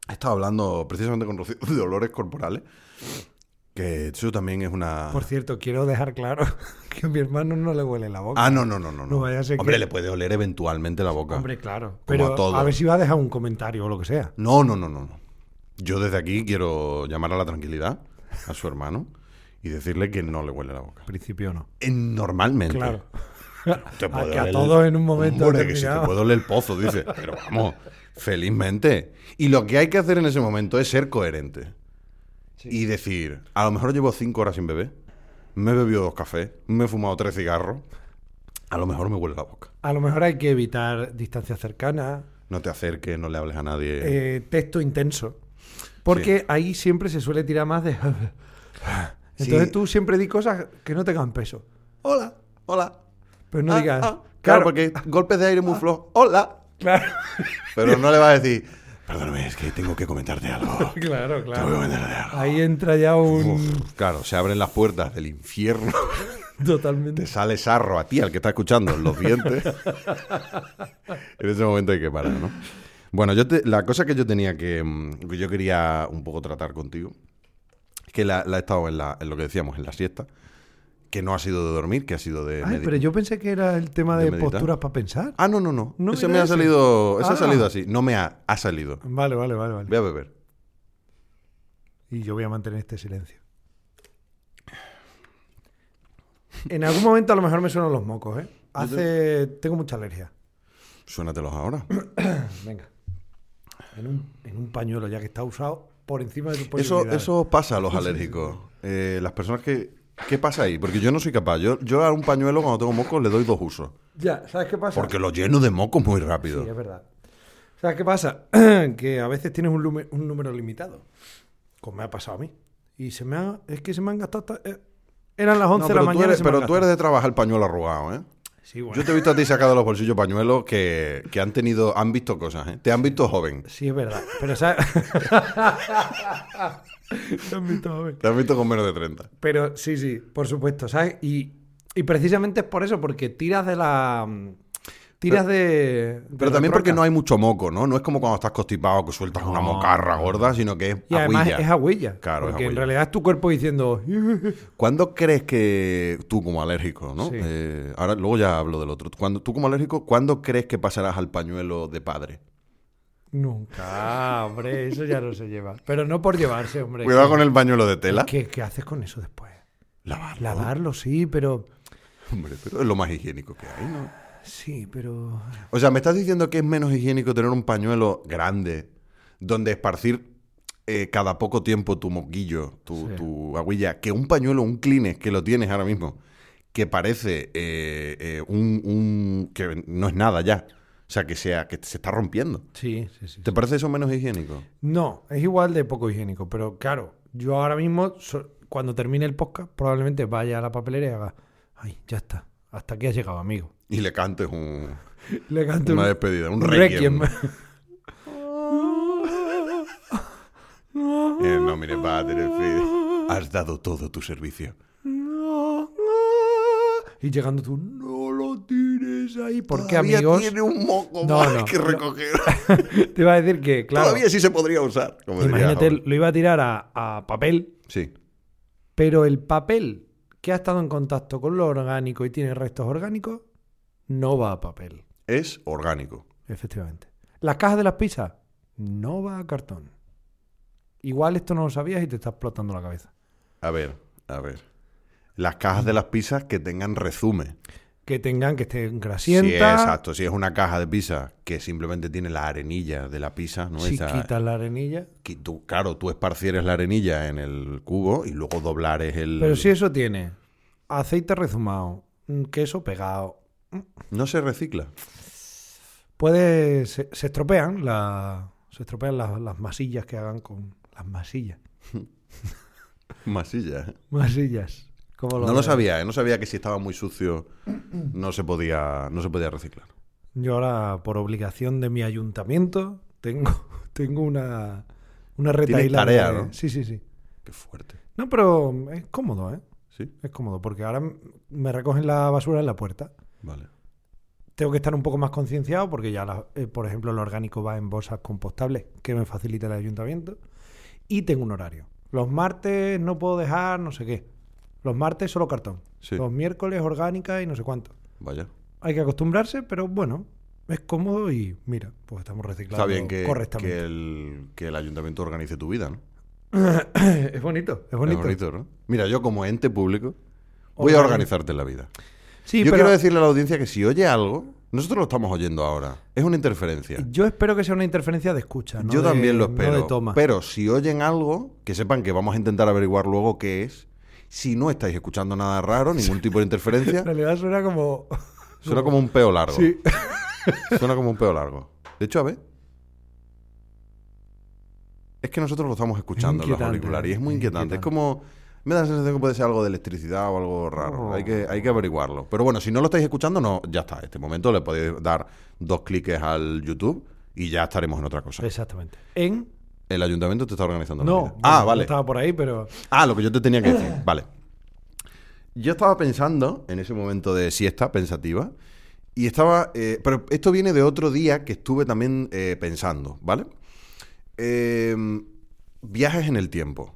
Speaker 1: he estado hablando precisamente con Rocío de dolores corporales. Que eso también es una.
Speaker 2: Por cierto, quiero dejar claro que a mi hermano no le huele la boca.
Speaker 1: Ah, no, no, no, no.
Speaker 2: No vaya a ser
Speaker 1: Hombre,
Speaker 2: que-
Speaker 1: le puede oler eventualmente la boca.
Speaker 2: Hombre, claro.
Speaker 1: Ah, Como
Speaker 2: Pero
Speaker 1: a todo.
Speaker 2: a, ver si va a dejar un comentario o lo que sea.
Speaker 1: No, no, no, no. no. Yo desde aquí quiero llamar a la tranquilidad a su hermano y decirle que no le huele la boca.
Speaker 2: Al principio no.
Speaker 1: Eh, Normalmente.
Speaker 2: Claro.
Speaker 1: Te
Speaker 2: a
Speaker 1: puede
Speaker 2: que a
Speaker 1: oler-
Speaker 2: todos en un momento
Speaker 1: Hombre, que si te
Speaker 2: determinado.
Speaker 1: puede oler el pozo, dice. Pero vamos, Felizmente. Y lo que hay que hacer en ese momento es ser coherente. Y decir, a lo mejor llevo cinco horas sin beber, me he bebido dos cafés, me he fumado tres cigarros, a lo mejor me huele la boca.
Speaker 2: A lo mejor hay que evitar distancias cercanas,
Speaker 1: No te acerques, no le hables a nadie.
Speaker 2: eh, texto intenso. Porque ahí siempre se suele tirar más de. Entonces
Speaker 1: Sí.
Speaker 2: tú siempre di cosas que no tengan peso.
Speaker 1: Hola, hola.
Speaker 2: Pero no
Speaker 1: Ah,
Speaker 2: digas.
Speaker 1: ah, claro, porque golpes de aire muy flojos. Hola.
Speaker 2: Claro,
Speaker 1: Pero no le vas a decir, perdóname, es que tengo que comentarte algo.
Speaker 2: claro,
Speaker 1: Tengo que
Speaker 2: claro.
Speaker 1: comentarte algo.
Speaker 2: Ahí entra ya un.
Speaker 1: Uf, claro, se abren las puertas del infierno. Te
Speaker 2: Totalmente.
Speaker 1: sale sarro a ti, al que está escuchando, en los dientes. en ese momento hay que parar, ¿no? Bueno, yo te- la cosa que yo tenía que, mm, que yo quería un poco tratar contigo, es que la, la he estado en, la- en lo que decíamos, en la siesta, que no ha sido de dormir, que ha sido de...
Speaker 2: Ay,
Speaker 1: medi-
Speaker 2: pero yo pensé que era el tema
Speaker 1: de
Speaker 2: de,
Speaker 1: meditar.
Speaker 2: posturas para pensar.
Speaker 1: Ah, no, no, no.
Speaker 2: No
Speaker 1: ese
Speaker 2: era
Speaker 1: me ha
Speaker 2: ese.
Speaker 1: salido... Ese ha
Speaker 2: Ah.
Speaker 1: salido así. No me ha... Ha salido.
Speaker 2: Vale, vale, vale, vale.
Speaker 1: Voy a beber.
Speaker 2: Y yo voy a mantener este silencio. En algún momento a lo mejor me suenan los mocos, ¿eh? Hace. Tengo mucha alergia.
Speaker 1: Suénatelos ahora.
Speaker 2: Pues Venga. En un, en un pañuelo ya que está usado por encima de tus
Speaker 1: Eso,
Speaker 2: posibilidades.
Speaker 1: eso pasa a los alérgicos. Eh, las personas que... ¿Qué pasa ahí? Porque yo no soy capaz. Yo, yo a un pañuelo cuando tengo mocos le doy dos usos.
Speaker 2: Ya, ¿sabes qué pasa?
Speaker 1: Porque lo lleno de mocos muy
Speaker 2: Sí,
Speaker 1: rápido.
Speaker 2: es verdad. ¿Sabes qué pasa? que a veces tienes un, lume- un número limitado. Como me ha pasado a mí. Y se me ha, es que se me han gastado... hasta- eh, eran las 11
Speaker 1: No,
Speaker 2: de
Speaker 1: pero
Speaker 2: la
Speaker 1: tú
Speaker 2: mañana. y
Speaker 1: eres,
Speaker 2: se me han
Speaker 1: pero tú eres
Speaker 2: gastado.
Speaker 1: de trabajar el pañuelo arrugado, ¿eh?
Speaker 2: Sí, bueno.
Speaker 1: Yo te he visto a ti sacado de los bolsillos pañuelos que, que han tenido, han visto cosas, ¿eh? Te han visto joven.
Speaker 2: Sí, es verdad. Pero, ¿sabes? Te han visto, joven.
Speaker 1: Te han visto con menos de 30.
Speaker 2: Pero sí, sí, por supuesto, ¿sabes? Y, y precisamente es por eso, porque tiras de la... mm, Tiras de...
Speaker 1: Pero también porque no hay mucho moco, ¿no? No es como cuando estás constipado que sueltas una mocarra gorda, sino que es
Speaker 2: Y además
Speaker 1: agüilla.
Speaker 2: es a huella.
Speaker 1: Claro, es a
Speaker 2: Porque en
Speaker 1: huella.
Speaker 2: realidad es tu cuerpo diciendo...
Speaker 1: ¿Cuándo crees que tú como alérgico, ¿no?
Speaker 2: Sí.
Speaker 1: Eh, ahora luego ya hablo del otro. Cuando, tú como alérgico, ¿cuándo crees que pasarás al pañuelo de padre?
Speaker 2: Nunca, Ah, hombre, eso ya no se lleva. Pero no por llevarse, hombre.
Speaker 1: Cuidado con el pañuelo de tela.
Speaker 2: ¿Qué, qué haces con eso después?
Speaker 1: Lavarlo.
Speaker 2: Lavarlo, sí, pero...
Speaker 1: Hombre, pero es lo más higiénico que hay, ¿no?
Speaker 2: Sí, pero...
Speaker 1: O sea, ¿me estás diciendo que es menos higiénico tener un pañuelo grande donde esparcir eh, cada poco tiempo tu moquillo, tu,
Speaker 2: Sí.
Speaker 1: tu aguilla, que un pañuelo, un Kleenex que lo tienes ahora mismo, que parece eh, eh, un, un- que no es nada ya? O sea, que, sea, que se está rompiendo.
Speaker 2: Sí, sí, sí.
Speaker 1: ¿Te parece eso menos higiénico?
Speaker 2: No, es igual de poco higiénico, pero claro, yo ahora mismo, so- cuando termine el podcast, probablemente vaya a la papelera y haga... Ay, ya está. Hasta aquí has llegado, amigo.
Speaker 1: Y le cantes un-
Speaker 2: Le canto
Speaker 1: una
Speaker 2: un-
Speaker 1: despedida, Este, un,
Speaker 2: un
Speaker 1: requiem.
Speaker 2: requiem.
Speaker 1: Eh, no, mire, padre, en fin. Has dado todo tu servicio.
Speaker 2: Y llegando tú, no lo tienes ahí. Porque,
Speaker 1: Todavía
Speaker 2: amigos,
Speaker 1: tiene un moco
Speaker 2: No,
Speaker 1: más
Speaker 2: no.
Speaker 1: que recoger.
Speaker 2: te iba a decir que, claro,
Speaker 1: Todavía sí se podría usar. Como diría
Speaker 2: imagínate,
Speaker 1: Howard.
Speaker 2: lo iba a tirar a, a papel,
Speaker 1: Sí.
Speaker 2: pero el papel que ha estado en contacto con lo orgánico y tiene restos orgánicos, no va a papel,
Speaker 1: Es orgánico.
Speaker 2: efectivamente. Las cajas de las pizzas, no va a cartón. Igual esto no lo sabías y te está explotando la cabeza.
Speaker 1: A ver, a ver. Las cajas de las pizzas que tengan resumen.
Speaker 2: Que tengan que estén
Speaker 1: Sí,
Speaker 2: grasientas.
Speaker 1: exacto. Si es una caja de pizza que simplemente tiene la arenilla de la pizza, ¿no?
Speaker 2: Si
Speaker 1: Esa-
Speaker 2: quitas la arenilla.
Speaker 1: que tú, claro, tú esparcieres la arenilla en el cubo y luego doblares el...
Speaker 2: Pero si eso tiene aceite rezumado, mm, queso pegado.
Speaker 1: No se recicla.
Speaker 2: Puede, se, se estropean, la, se estropean las, las masillas que hagan con las masillas.
Speaker 1: Masilla. ¿eh?
Speaker 2: Masillas. Como
Speaker 1: No lo sabía, ¿eh? No sabía que si estaba muy sucio no se podía, no se podía reciclar.
Speaker 2: Yo ahora, por obligación de mi ayuntamiento, tengo, tengo una, una retaíla
Speaker 1: tarea,
Speaker 2: de-
Speaker 1: ¿no?
Speaker 2: Sí, sí, sí.
Speaker 1: Qué fuerte.
Speaker 2: No, pero es cómodo, ¿eh?
Speaker 1: ¿Sí?
Speaker 2: Es cómodo, porque ahora m- me recogen la basura en la puerta.
Speaker 1: Vale.
Speaker 2: Tengo que estar un poco más concienciado porque ya, la- eh, por ejemplo, lo orgánico va en bolsas compostables que me facilita el ayuntamiento. Y tengo un horario. Los martes no puedo dejar no sé qué. Los martes solo cartón.
Speaker 1: Sí.
Speaker 2: Los miércoles orgánica y no sé cuánto.
Speaker 1: Vaya.
Speaker 2: Hay que acostumbrarse, pero bueno, es cómodo y mira, pues estamos reciclando
Speaker 1: Está bien que, que,
Speaker 2: correctamente.
Speaker 1: el, que el ayuntamiento organice tu vida, ¿no?
Speaker 2: es bonito, es
Speaker 1: Es
Speaker 2: bonito.
Speaker 1: bonito, ¿no? Mira, yo como ente público voy a
Speaker 2: Organi-
Speaker 1: organizarte la vida.
Speaker 2: Sí,
Speaker 1: Yo
Speaker 2: pero
Speaker 1: quiero decirle a la audiencia que si oye algo, nosotros lo estamos oyendo ahora. Es una interferencia.
Speaker 2: yo espero que sea una interferencia de escucha. no
Speaker 1: Yo
Speaker 2: de-
Speaker 1: también lo
Speaker 2: no
Speaker 1: espero.
Speaker 2: de toma.
Speaker 1: Pero si oyen algo, que sepan que vamos a intentar averiguar luego qué es. Si no estáis escuchando nada raro, ningún tipo de interferencia,
Speaker 2: En realidad suena como.
Speaker 1: suena como un peo largo.
Speaker 2: Sí.
Speaker 1: Suena como un peo largo. De hecho, a ver. Es que nosotros lo estamos escuchando en los
Speaker 2: inquietante,
Speaker 1: auriculares y es muy
Speaker 2: es
Speaker 1: inquietante. Es
Speaker 2: inquietante.
Speaker 1: como. Me da la sensación que puede ser algo de electricidad o algo raro. Hay, que, hay que averiguarlo. Pero bueno, si no lo estáis escuchando, no, ya está. En este momento le podéis dar dos cliques al YouTube y ya estaremos en otra cosa.
Speaker 2: Exactamente. En.
Speaker 1: El ayuntamiento te está organizando. la
Speaker 2: No.
Speaker 1: vida.
Speaker 2: bueno,
Speaker 1: Ah,
Speaker 2: no
Speaker 1: vale.
Speaker 2: Estaba por ahí, pero.
Speaker 1: Ah, lo que yo te tenía que decir. Vale. Yo estaba pensando en ese momento de siesta pensativa. Y estaba. eh, pero esto viene de otro día que estuve también eh, pensando, ¿vale? Eh, viajes en el tiempo.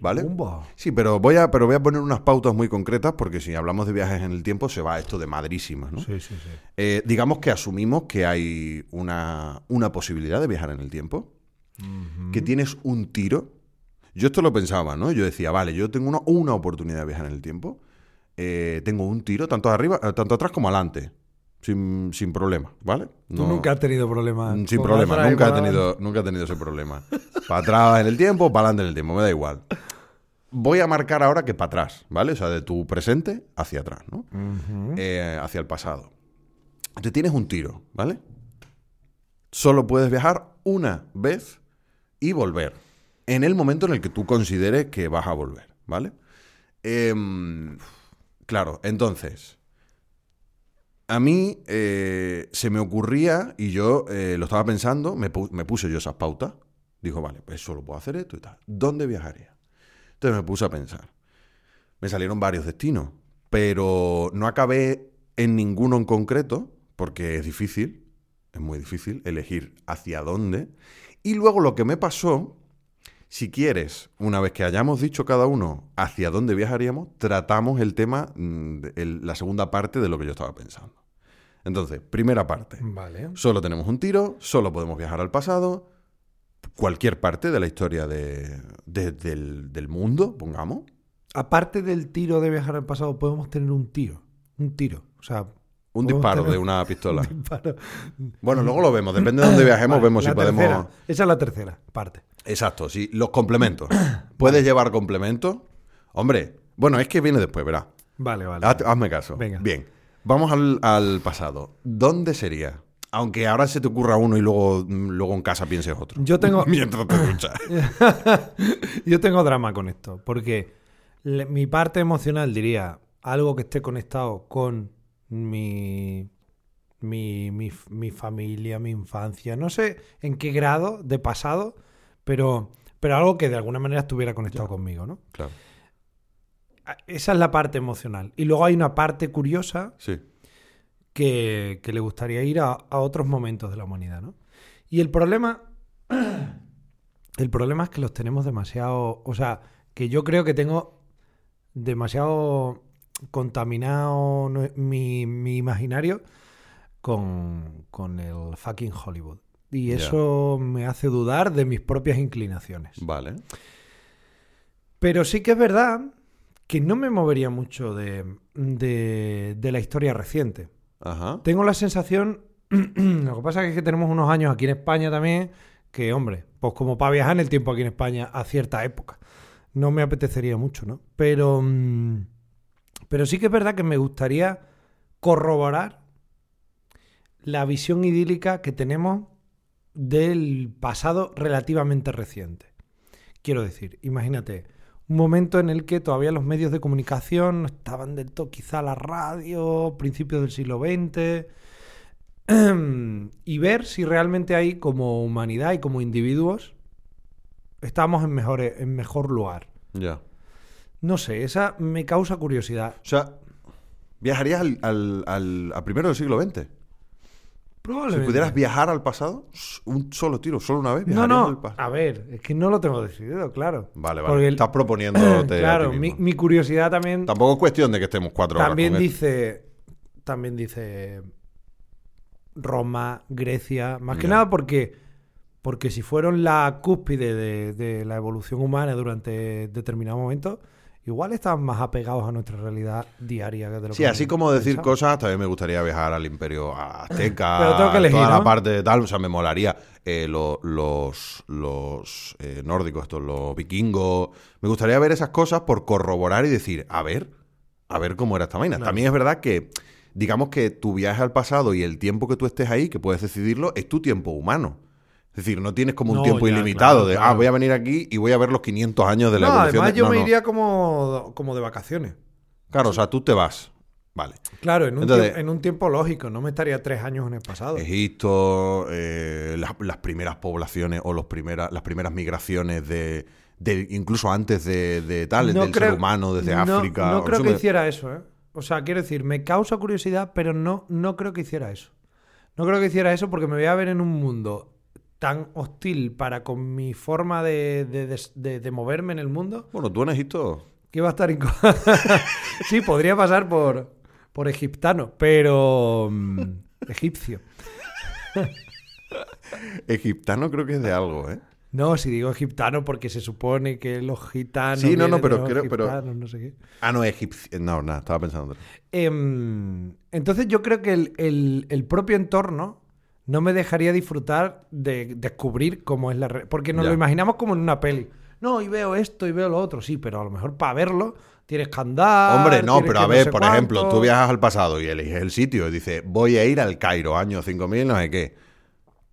Speaker 1: ¿Vale?
Speaker 2: Bumbo.
Speaker 1: Sí, pero voy, a, pero voy a poner unas pautas muy concretas porque si hablamos de viajes en el tiempo se va esto de madrísimas, ¿no?
Speaker 2: Sí, sí, sí.
Speaker 1: Eh, digamos que asumimos que hay una, una posibilidad de viajar en el tiempo, que tienes un tiro. Yo esto lo pensaba, ¿no? Yo decía, vale, yo tengo una, una oportunidad de viajar en el tiempo, eh, tengo un tiro tanto, arriba, eh, tanto atrás como adelante, sin, sin problema, ¿vale?
Speaker 2: Tú
Speaker 1: No-
Speaker 2: nunca has tenido problemas.
Speaker 1: Mm, Sin
Speaker 2: con
Speaker 1: problema,
Speaker 2: atrás y
Speaker 1: nunca he,
Speaker 2: para adelante.
Speaker 1: tenido, nunca he tenido ese problema. Para atrás en el tiempo, para adelante en el tiempo, me da igual. Voy a marcar ahora que para atrás, ¿vale? O sea, de tu presente hacia atrás, ¿no? Eh, hacia el pasado. Te tienes un tiro, ¿vale? Solo puedes viajar una vez y volver. En el momento en el que tú consideres que vas a volver, ¿vale? Em, claro, entonces. A mí eh, se me ocurría, y yo eh, lo estaba pensando, me, pu- me puse yo esas pautas. Dijo, vale, pues solo puedo hacer esto y tal. ¿Dónde viajaría? Entonces me puse a pensar. Me salieron varios destinos, pero no acabé en ninguno en concreto, porque es difícil, es muy difícil elegir hacia dónde. Y luego lo que me pasó, si quieres, una vez que hayamos dicho cada uno hacia dónde viajaríamos, tratamos el tema, mm, de- el- la segunda parte de lo que yo estaba pensando. Entonces, primera parte.
Speaker 2: Vale.
Speaker 1: Solo tenemos un tiro, solo podemos viajar al pasado, cualquier parte de la historia de, de- del, del mundo, pongamos.
Speaker 2: Aparte del tiro de viajar al pasado, podemos tener un tiro. Un tiro. O sea.
Speaker 1: Un
Speaker 2: podemos
Speaker 1: disparo
Speaker 2: tener
Speaker 1: de una pistola.
Speaker 2: un disparo.
Speaker 1: Bueno, luego lo vemos, depende de dónde viajemos,
Speaker 2: Vale,
Speaker 1: vemos si
Speaker 2: la
Speaker 1: podemos...
Speaker 2: tercera. Esa es la tercera parte.
Speaker 1: Exacto, sí, los complementos. ¿Puedes llevar complementos? Hombre, bueno, es que viene después, verá.
Speaker 2: Vale, vale.
Speaker 1: Haz- Hazme caso.
Speaker 2: Venga.
Speaker 1: Bien, vamos al, al pasado. ¿Dónde sería? Aunque ahora se te ocurra uno y luego, luego en casa pienses otro.
Speaker 2: Yo tengo-
Speaker 1: Mientras te duchas.
Speaker 2: Yo tengo drama con esto, porque le- mi parte emocional diría algo que esté conectado con mi, mi, mi f- mi familia, mi infancia, no sé en qué grado de pasado, pero, pero algo que de alguna manera estuviera conectado conmigo, ¿no?
Speaker 1: Claro,
Speaker 2: A- Esa es la parte emocional. Y luego hay una parte curiosa
Speaker 1: sí.
Speaker 2: que, que le gustaría ir a, a otros momentos de la humanidad, ¿no? Y el problema. El problema es que los tenemos demasiado. O sea, que yo creo que tengo demasiado contaminado nue- mi, mi imaginario con, con el fucking Hollywood. Y
Speaker 1: Ya.
Speaker 2: eso me hace dudar de mis propias inclinaciones.
Speaker 1: Vale.
Speaker 2: Pero sí que es verdad que no me movería mucho de- de, de la historia reciente.
Speaker 1: Ajá.
Speaker 2: Tengo la sensación, lo que pasa es que tenemos unos años aquí en España también, que hombre, pues como para viajar en el tiempo aquí en España a cierta época, no me apetecería mucho, ¿no? Pero, mm, pero sí que es verdad que me gustaría corroborar la visión idílica que tenemos del pasado relativamente reciente. Quiero decir, imagínate, un momento en el que todavía los medios de comunicación no estaban del todo, quizá la radio, principios del siglo XX, y ver si realmente ahí como humanidad y como individuos estamos en, mejores, en mejor lugar.
Speaker 1: Ya.
Speaker 2: No sé, esa me causa curiosidad.
Speaker 1: O sea, viajarías al, al- al- a primero del siglo XX. Si
Speaker 2: Probablemente.
Speaker 1: pudieras viajar al pasado, s- un solo tiro, solo una vez.
Speaker 2: No,
Speaker 1: viajarías al
Speaker 2: no,
Speaker 1: pas-
Speaker 2: a ver, es que no lo tengo decidido, claro.
Speaker 1: Vale,
Speaker 2: Porque
Speaker 1: vale.
Speaker 2: el-
Speaker 1: Estás proponiéndote. a
Speaker 2: claro,
Speaker 1: ti
Speaker 2: mi,
Speaker 1: mismo.
Speaker 2: mi curiosidad también...
Speaker 1: Tampoco es cuestión de que estemos cuatro horas
Speaker 2: También
Speaker 1: con esto.
Speaker 2: dice. También dice. Roma, Grecia. Más que
Speaker 1: Ya.
Speaker 2: nada porque. Porque si fueron la cúspide de, de la evolución humana durante determinado momento, igual están más apegados a nuestra realidad diaria que de lo
Speaker 1: Sí,
Speaker 2: que
Speaker 1: así como decir
Speaker 2: pensamos.
Speaker 1: cosas, también me gustaría viajar al imperio azteca,
Speaker 2: Pero tengo que elegir,
Speaker 1: toda la
Speaker 2: ¿no?
Speaker 1: parte de tal, o sea, me molaría eh, lo- los, los eh, nórdicos, estos, los vikingos, me gustaría ver esas cosas por corroborar y decir, a ver, a ver cómo era esta vaina. También es verdad que, digamos que tu viaje al pasado y el tiempo que tú estés ahí, que puedes decidirlo, es tu tiempo humano. Es decir, no tienes como un
Speaker 2: No,
Speaker 1: tiempo
Speaker 2: ya,
Speaker 1: ilimitado
Speaker 2: claro,
Speaker 1: de, ah,
Speaker 2: claro.
Speaker 1: voy a venir aquí y voy a ver los 500 años de la
Speaker 2: No,
Speaker 1: evolución.
Speaker 2: además
Speaker 1: de-".
Speaker 2: yo
Speaker 1: No,
Speaker 2: me
Speaker 1: no.
Speaker 2: iría como, como de vacaciones.
Speaker 1: Claro, o sea, tú te vas. Vale.
Speaker 2: Claro, en un,
Speaker 1: Entonces-
Speaker 2: tiemp- en un tiempo lógico, no me estaría tres años en el pasado.
Speaker 1: Egipto, eh, las, las primeras poblaciones o los primera- las primeras migraciones de, de- incluso antes de, de tal, del ser humano, desde
Speaker 2: no-
Speaker 1: África.
Speaker 2: No
Speaker 1: o
Speaker 2: creo
Speaker 1: sea,
Speaker 2: que
Speaker 1: me-
Speaker 2: hiciera eso, ¿eh? O sea, quiero decir, me causa curiosidad, pero no, no creo que hiciera eso. No creo que hiciera eso porque me voy a ver en un mundo tan hostil para con mi forma de, de- de- de- de moverme en el mundo
Speaker 1: Bueno, tú en Egipto.
Speaker 2: que va a estar incómodo. sí, podría pasar por, por egiptano, pero mm, egipcio.
Speaker 1: Egiptano creo que es de algo, ¿eh?
Speaker 2: No, si digo egiptano porque se supone que los gitanos.
Speaker 1: Sí, no, no,
Speaker 2: vienen de
Speaker 1: pero
Speaker 2: los
Speaker 1: creo- pero-
Speaker 2: egiptanos, no sé qué.
Speaker 1: Ah, no, egipcio. No, nada, estaba pensando. en otro.
Speaker 2: Em, entonces yo creo que el, el- el propio entorno no me dejaría disfrutar de descubrir cómo es la realidad. Porque nos
Speaker 1: Ya.
Speaker 2: lo imaginamos como en una peli. No, y veo esto y veo lo otro, sí, pero a lo mejor para verlo tienes que andar.
Speaker 1: Hombre, no,
Speaker 2: Ah, tienes
Speaker 1: pero
Speaker 2: que
Speaker 1: a ver,
Speaker 2: sé
Speaker 1: por ejemplo,
Speaker 2: cuánto.
Speaker 1: tú viajas al pasado y eliges el sitio y dices, voy a ir al Cairo, año 5000, no sé qué.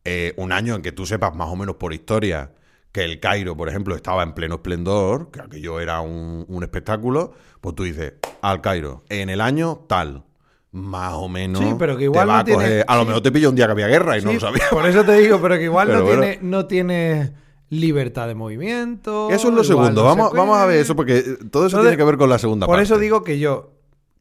Speaker 1: Eh, un año en que tú sepas más o menos por historia que el Cairo, por ejemplo, estaba en pleno esplendor, que aquello era un, un espectáculo, pues tú dices, al Cairo, en el año tal. Más o menos.
Speaker 2: Sí, pero que
Speaker 1: te
Speaker 2: igual
Speaker 1: va
Speaker 2: no
Speaker 1: a, coger-
Speaker 2: tiene-
Speaker 1: a lo mejor te pilla un día que había guerra y no
Speaker 2: Sí,
Speaker 1: lo sabías.
Speaker 2: Por eso te digo, pero que igual
Speaker 1: Pero
Speaker 2: no,
Speaker 1: bueno.
Speaker 2: tiene, no tienes libertad de movimiento.
Speaker 1: Eso es lo
Speaker 2: igual
Speaker 1: segundo.
Speaker 2: no sé
Speaker 1: Vamos,
Speaker 2: qué.
Speaker 1: vamos a ver eso, porque eh, todo eso
Speaker 2: No
Speaker 1: tiene
Speaker 2: de-
Speaker 1: que ver con la segunda
Speaker 2: Por
Speaker 1: parte.
Speaker 2: eso digo que yo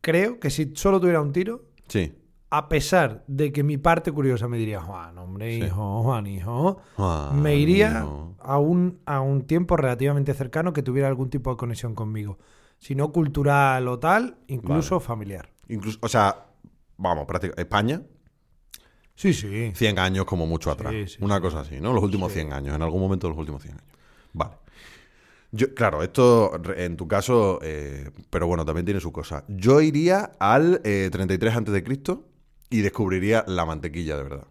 Speaker 2: creo que si solo tuviera un tiro,
Speaker 1: Sí.
Speaker 2: a pesar de que mi parte curiosa me diría, Juan, hombre,
Speaker 1: Sí.
Speaker 2: hijo, Juan, hijo,
Speaker 1: Juan,
Speaker 2: me iría
Speaker 1: hijo.
Speaker 2: a un, a un tiempo relativamente cercano que tuviera algún tipo de conexión conmigo. Si no cultural o tal, incluso familiar.
Speaker 1: Incluso, o sea, vamos, prácticamente. España,
Speaker 2: Sí, sí.
Speaker 1: 100 años como mucho atrás.
Speaker 2: Sí, sí,
Speaker 1: una cosa así, ¿no? Los últimos 100 años, en algún momento de los últimos 100 años. Vale. Yo, claro, esto re- en tu caso, eh, pero bueno, también tiene su cosa. Yo iría al eh, 33 antes de Cristo y descubriría la mantequilla de verdad.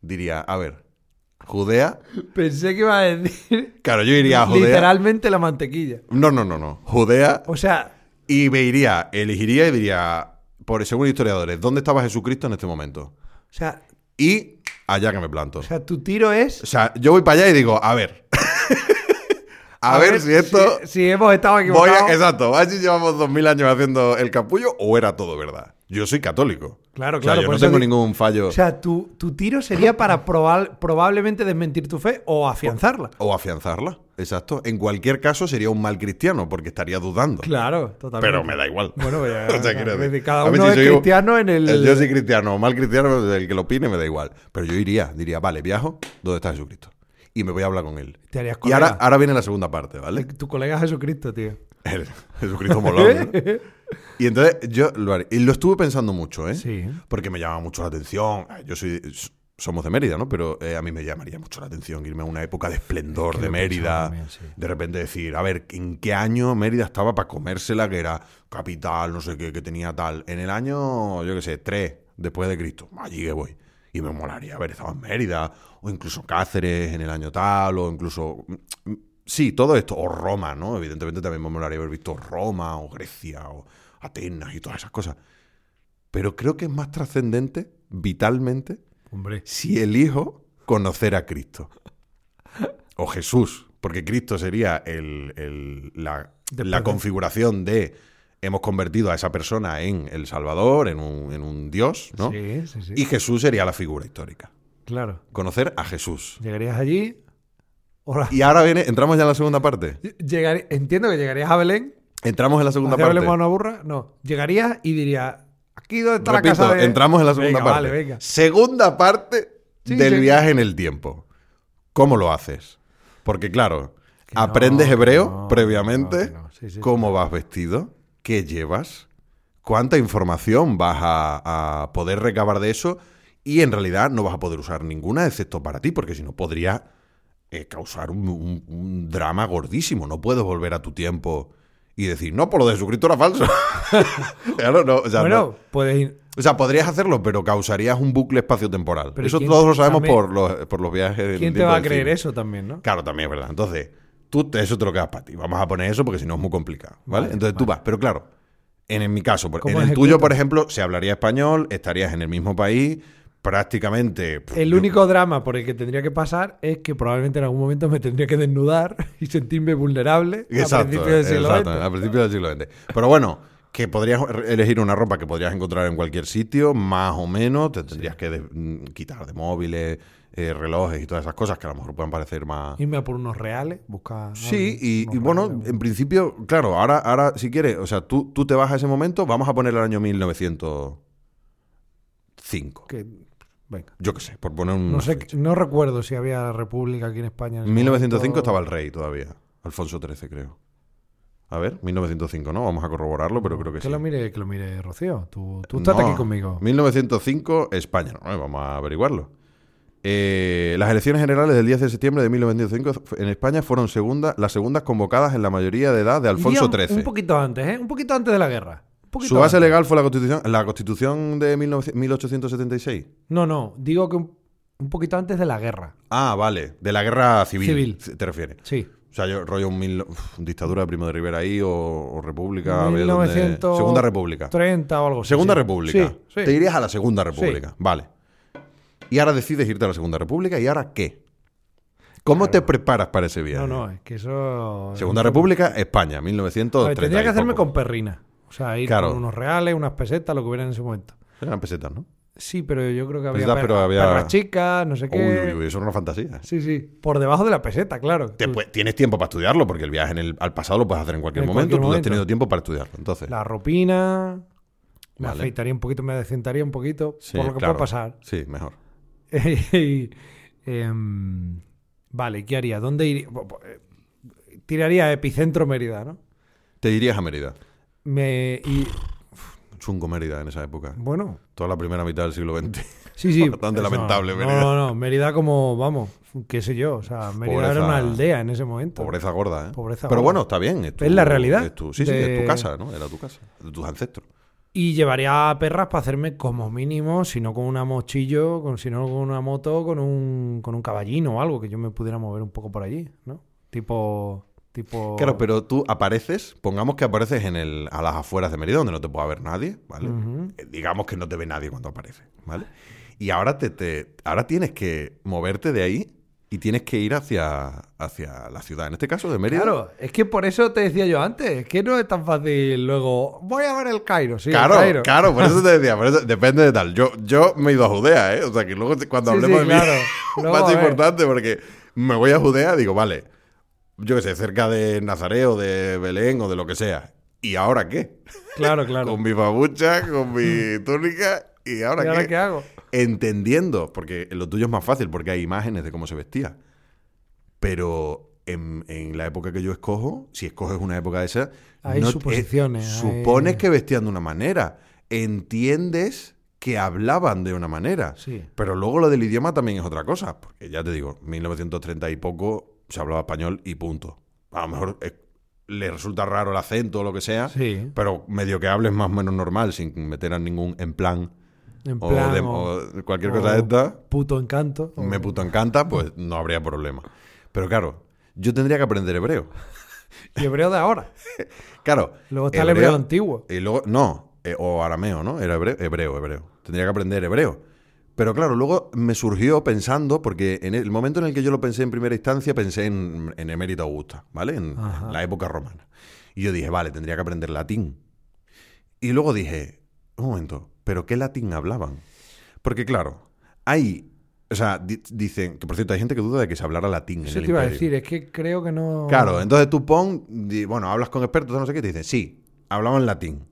Speaker 1: Diría, a ver, Judea.
Speaker 2: Pensé que iba a decir
Speaker 1: Claro, yo iría a Judea.
Speaker 2: literalmente la mantequilla.
Speaker 1: No, no, no, no. Judea
Speaker 2: O sea,
Speaker 1: y me iría, elegiría y diría, por según historiadores, ¿dónde estaba Jesucristo en este momento?
Speaker 2: o sea,
Speaker 1: Y allá que me planto.
Speaker 2: o sea, tu tiro es...
Speaker 1: O sea, yo voy para allá y digo, a ver. a, ver, si esto.
Speaker 2: Si, si hemos estado
Speaker 1: voy
Speaker 2: equivocados...
Speaker 1: a, exacto, a ver si llevamos dos mil años haciendo el capullo o era todo verdad. Yo soy católico.
Speaker 2: Claro,
Speaker 1: O sea,
Speaker 2: claro,
Speaker 1: yo
Speaker 2: por
Speaker 1: no
Speaker 2: eso
Speaker 1: tengo
Speaker 2: di-
Speaker 1: ningún fallo.
Speaker 2: O sea, tu, tu tiro sería para probal- probablemente desmentir tu fe o afianzarla.
Speaker 1: o afianzarla. Exacto. En cualquier caso, sería un mal cristiano porque estaría dudando.
Speaker 2: Claro, totalmente.
Speaker 1: Pero me da igual.
Speaker 2: Bueno, pues ya,
Speaker 1: O sea,
Speaker 2: claro,
Speaker 1: quiero
Speaker 2: es
Speaker 1: decir,
Speaker 2: decir, cada
Speaker 1: a mí
Speaker 2: uno
Speaker 1: si
Speaker 2: es
Speaker 1: soy un-
Speaker 2: cristiano en el-
Speaker 1: Yo soy cristiano, o mal cristiano, el que lo opine me da igual. Pero yo iría, diría, vale, viajo, ¿dónde está Jesucristo? Y me voy a hablar con él.
Speaker 2: Te harías
Speaker 1: y
Speaker 2: colega.
Speaker 1: ahora, ahora viene la segunda parte, ¿vale?
Speaker 2: Tu colega Jesucristo, tío.
Speaker 1: El Jesucristo molón. ¿no? Y entonces yo lo haré. Y lo estuve pensando mucho, ¿eh?
Speaker 2: Sí.
Speaker 1: Porque me llama mucho la atención. Yo soy. Somos de Mérida, ¿no? Pero eh, a mí me llamaría mucho la atención irme a una época de esplendor
Speaker 2: Es que
Speaker 1: de
Speaker 2: lo he
Speaker 1: Mérida.
Speaker 2: pensado también, sí.
Speaker 1: De repente decir, a ver, ¿en qué año Mérida estaba para comérsela? Que era capital, no sé qué, que tenía tal. En el año, yo qué sé, 3 después de Cristo. Allí que voy. Y me molaría haber estado en Mérida, o incluso Cáceres en el año tal, o incluso. mm, Sí, todo esto. O Roma, ¿no? Evidentemente también me molaría haber visto Roma, o Grecia, o Atenas y todas esas cosas. Pero creo que es más trascendente, vitalmente,
Speaker 2: Hombre.
Speaker 1: si elijo conocer a Cristo. O Jesús. Porque Cristo sería el- el- la,
Speaker 2: Después
Speaker 1: la
Speaker 2: de-
Speaker 1: configuración de hemos convertido a esa persona en el Salvador, en un, en un Dios, ¿no?
Speaker 2: Sí, sí, sí.
Speaker 1: Y Jesús sería la figura histórica.
Speaker 2: Claro.
Speaker 1: Conocer a Jesús.
Speaker 2: Llegarías allí. Hola.
Speaker 1: Y ahora viene, entramos ya en la segunda parte.
Speaker 2: Llegar- Entiendo que llegarías a Belén.
Speaker 1: Entramos en la segunda
Speaker 2: ¿Hacia
Speaker 1: parte.
Speaker 2: Belén va una burra? No. Llegarías y dirías. Aquí donde está
Speaker 1: Repito,
Speaker 2: la casa de...
Speaker 1: entramos en la segunda
Speaker 2: Venga,
Speaker 1: parte.
Speaker 2: Vale, venga.
Speaker 1: Segunda parte
Speaker 2: Sí,
Speaker 1: del
Speaker 2: sí.
Speaker 1: viaje en el tiempo. ¿Cómo lo haces? Porque claro,
Speaker 2: no,
Speaker 1: aprendes
Speaker 2: que
Speaker 1: hebreo
Speaker 2: no,
Speaker 1: previamente,
Speaker 2: que no, que no. Sí, sí,
Speaker 1: cómo vas vestido, qué llevas, cuánta información vas a, a poder recabar de eso y en realidad no vas a poder usar ninguna excepto para ti, porque si no podría eh, causar un, un- un drama gordísimo. No puedes volver a tu tiempo y decir, no, por lo de Jesucristo era falso. claro, no, o sea,
Speaker 2: bueno,
Speaker 1: no.
Speaker 2: puedes ir.
Speaker 1: O sea, podrías hacerlo, pero causarías un bucle espaciotemporal.
Speaker 2: Pero
Speaker 1: Eso
Speaker 2: ¿quién-
Speaker 1: todos lo sabemos
Speaker 2: también-
Speaker 1: por los, por los viajes. en
Speaker 2: ¿Quién te
Speaker 1: tiempo
Speaker 2: va a
Speaker 1: del
Speaker 2: creer
Speaker 1: cine.
Speaker 2: eso también, no?
Speaker 1: Claro, también es verdad. Entonces, tú te- eso te lo quedas para ti. Vamos a poner eso porque si no es muy complicado. ¿Vale?
Speaker 2: Vale,
Speaker 1: Entonces tú vas. Pero claro, en, en mi caso, por- en
Speaker 2: ¿Cómo
Speaker 1: el
Speaker 2: ejecutas?
Speaker 1: tuyo, por ejemplo, se hablaría español, estarías en el mismo país, prácticamente. pff,
Speaker 2: El
Speaker 1: yo-
Speaker 2: único drama por el que tendría que pasar es que probablemente en algún momento me tendría que desnudar y sentirme vulnerable a
Speaker 1: Exacto,
Speaker 2: principios del siglo
Speaker 1: exacto,
Speaker 2: XX.
Speaker 1: a principios del siglo XX. Pero bueno, que podrías elegir una ropa que podrías encontrar en cualquier sitio, más o menos, te tendrías que de- mm, quitar de móviles, eh, relojes y todas esas cosas que a lo mejor puedan parecer más...
Speaker 2: Irme a por unos reales, buscar.
Speaker 1: Sí,
Speaker 2: algo,
Speaker 1: y,
Speaker 2: unos
Speaker 1: y bueno, eh,
Speaker 2: reales.
Speaker 1: en principio, claro, ahora, ahora si quieres, o sea, tú, tú te vas a ese momento, vamos a poner el año 1905.
Speaker 2: Que- venga.
Speaker 1: Yo qué sé, por poner un...
Speaker 2: No, sé, no recuerdo si había república aquí en España. en ese
Speaker 1: 1905
Speaker 2: momento.
Speaker 1: estaba el rey todavía, Alfonso XIII creo. A ver, 1905, ¿no? Vamos a corroborarlo, pero creo que,
Speaker 2: Que
Speaker 1: sí.
Speaker 2: lo mire, que lo mire Rocío. Tú, tú estás
Speaker 1: No,
Speaker 2: aquí conmigo.
Speaker 1: 1905, España. No, vamos a averiguarlo. Eh, las elecciones generales del 10 de septiembre de 1905 f- en España fueron segunda, las segundas convocadas en la mayoría de edad de Alfonso
Speaker 2: Iría un- Un
Speaker 1: XIII.
Speaker 2: poquito antes, ¿eh? Un poquito antes de la guerra. Un poquito
Speaker 1: Su base
Speaker 2: antes.
Speaker 1: legal fue la Constitución, la Constitución de 19- 1876.
Speaker 2: No, no. Digo que un, un poquito antes de la guerra.
Speaker 1: Ah, vale, de la guerra civil,
Speaker 2: Civil.
Speaker 1: c- te refieres.
Speaker 2: Sí.
Speaker 1: O sea, yo rollo un mil- uf, dictadura de Primo de Rivera ahí o, o república, a ver dónde-
Speaker 2: 1900
Speaker 1: Segunda República.
Speaker 2: 30 o algo así.
Speaker 1: Segunda
Speaker 2: sí.
Speaker 1: República.
Speaker 2: Sí, sí.
Speaker 1: Te irías a la Segunda República. Vale. Y ahora decides irte a la Segunda República. ¿Y ahora qué? ¿Cómo te preparas para ese viaje?
Speaker 2: No, no, es que eso.
Speaker 1: Segunda República, España,
Speaker 2: A
Speaker 1: 1930.
Speaker 2: ver, tendría que
Speaker 1: y
Speaker 2: hacerme
Speaker 1: poco.
Speaker 2: con perrina. O sea, ir
Speaker 1: Claro.
Speaker 2: con unos reales, unas pesetas, lo que hubiera en ese momento.
Speaker 1: Eran pesetas, ¿no?
Speaker 2: Sí, pero yo creo que había,
Speaker 1: Pesetas,
Speaker 2: perra-
Speaker 1: pero había-
Speaker 2: perras chicas, no sé qué.
Speaker 1: Uy, uy, uy, eso era una fantasía.
Speaker 2: Sí, sí. Por debajo de la peseta, claro.
Speaker 1: Te
Speaker 2: Tú-
Speaker 1: pue- tienes tiempo para estudiarlo, porque el viaje en el- al pasado lo puedes hacer en cualquier
Speaker 2: En
Speaker 1: momento.
Speaker 2: cualquier
Speaker 1: Tú has
Speaker 2: momento.
Speaker 1: tenido tiempo para estudiarlo. Entonces,
Speaker 2: La ropina. Me
Speaker 1: Vale.
Speaker 2: afeitaría un poquito, me descentaría un poquito.
Speaker 1: sí,
Speaker 2: por lo que
Speaker 1: claro.
Speaker 2: pueda pasar.
Speaker 1: Sí, mejor.
Speaker 2: Y, em, vale, ¿qué haría? ¿Dónde iría? Bo- bo- eh, Tiraría epicentro Mérida, ¿no?
Speaker 1: Te irías a Mérida.
Speaker 2: Me, y,
Speaker 1: Chungo Mérida en esa época.
Speaker 2: bueno,
Speaker 1: Toda la primera mitad del siglo XX.
Speaker 2: sí, sí.
Speaker 1: Bastante
Speaker 2: eso,
Speaker 1: lamentable,
Speaker 2: no,
Speaker 1: Mérida.
Speaker 2: No, no, Mérida como, vamos, qué sé yo. O sea, Mérida era
Speaker 1: Pobreza-
Speaker 2: una aldea en ese momento.
Speaker 1: Pobreza gorda, ¿eh?
Speaker 2: Pobreza
Speaker 1: Pero
Speaker 2: gorda.
Speaker 1: bueno, está bien. tu-
Speaker 2: Es la realidad
Speaker 1: es tu- sí, sí,
Speaker 2: de-
Speaker 1: es tu casa, ¿no? Era tu casa, de tus ancestros.
Speaker 2: Y llevaría a perras para hacerme como mínimo, si no con una mochillo, con, si no con una moto, con un, con un caballino o algo, que yo me pudiera mover un poco por allí, ¿no? Tipo... tipo...
Speaker 1: Claro, pero tú apareces, pongamos que apareces en el, a las afueras de Mérida, donde no te puede ver nadie, ¿vale?
Speaker 2: Ujú.
Speaker 1: Eh, Digamos que no te ve nadie cuando apareces, ¿vale? Y ahora, te, te- ahora tienes que moverte de ahí y tienes que ir hacia, hacia la ciudad. En este caso, de Mérida.
Speaker 2: Claro, es que por eso te decía yo antes, que no es tan fácil luego, voy a ver el Cairo, sí, el
Speaker 1: Claro,
Speaker 2: Cairo.
Speaker 1: claro, por eso te decía, por eso- depende de tal. Yo, yo me he ido a Judea, ¿eh? O sea, que luego te- cuando
Speaker 2: Sí,
Speaker 1: hablemos
Speaker 2: sí,
Speaker 1: de mí,
Speaker 2: claro. Luego,
Speaker 1: va a
Speaker 2: a
Speaker 1: ser
Speaker 2: ver.
Speaker 1: importante porque me voy a Judea, digo, vale, yo qué sé, cerca de Nazaret o de Belén o de lo que sea. ¿Y ahora qué?
Speaker 2: Claro, claro. Mm.
Speaker 1: Con mi babucha, con mi túnica, ¿y ahora,
Speaker 2: ¿Y ahora
Speaker 1: qué?
Speaker 2: qué hago?
Speaker 1: Entendiendo, porque lo tuyo es más fácil, porque hay imágenes de cómo se vestía. Pero en, en la época que yo escojo, si escoges una época de esa,
Speaker 2: Hay
Speaker 1: no-
Speaker 2: suposiciones,
Speaker 1: eh,
Speaker 2: hay-
Speaker 1: supones que vestían de una manera. Entiendes que hablaban de una manera.
Speaker 2: Sí.
Speaker 1: Pero luego lo del idioma también es otra cosa. Porque ya te digo, 1930 y poco se hablaba español y punto. A lo mejor eh, le resulta raro el acento o lo que sea.
Speaker 2: Sí.
Speaker 1: Pero medio que hables más o menos normal, sin meter a ningún en plan,
Speaker 2: En
Speaker 1: o
Speaker 2: plan,
Speaker 1: de-
Speaker 2: o
Speaker 1: o cualquier cosa
Speaker 2: o-
Speaker 1: de esta,
Speaker 2: puto encanto. o-
Speaker 1: me puto encanta, pues no habría problema. Pero claro, yo tendría que aprender hebreo.
Speaker 2: Y hebreo de ahora.
Speaker 1: Claro.
Speaker 2: Luego está el hebreo antiguo.
Speaker 1: Y luego, no, eh, o arameo, ¿no? Era hebreo, hebreo, hebreo. Tendría que aprender hebreo. Pero claro, luego me surgió pensando, porque en el momento en el que yo lo pensé en primera instancia, pensé en, en Emérita Augusta, ¿vale? En,
Speaker 2: Ajá.
Speaker 1: en la época romana. Y yo dije, vale, tendría que aprender latín. Y luego dije, un momento, ¿pero qué latín hablaban? Porque claro, hay... O sea, di- dicen, que por cierto, hay gente que duda de que se hablara latín en
Speaker 2: Eso
Speaker 1: el
Speaker 2: te iba a
Speaker 1: imperio.
Speaker 2: decir, es que creo que no...
Speaker 1: Claro, entonces tú pon, di- bueno, hablas con expertos, no sé qué, y te dicen, sí, hablaban latín.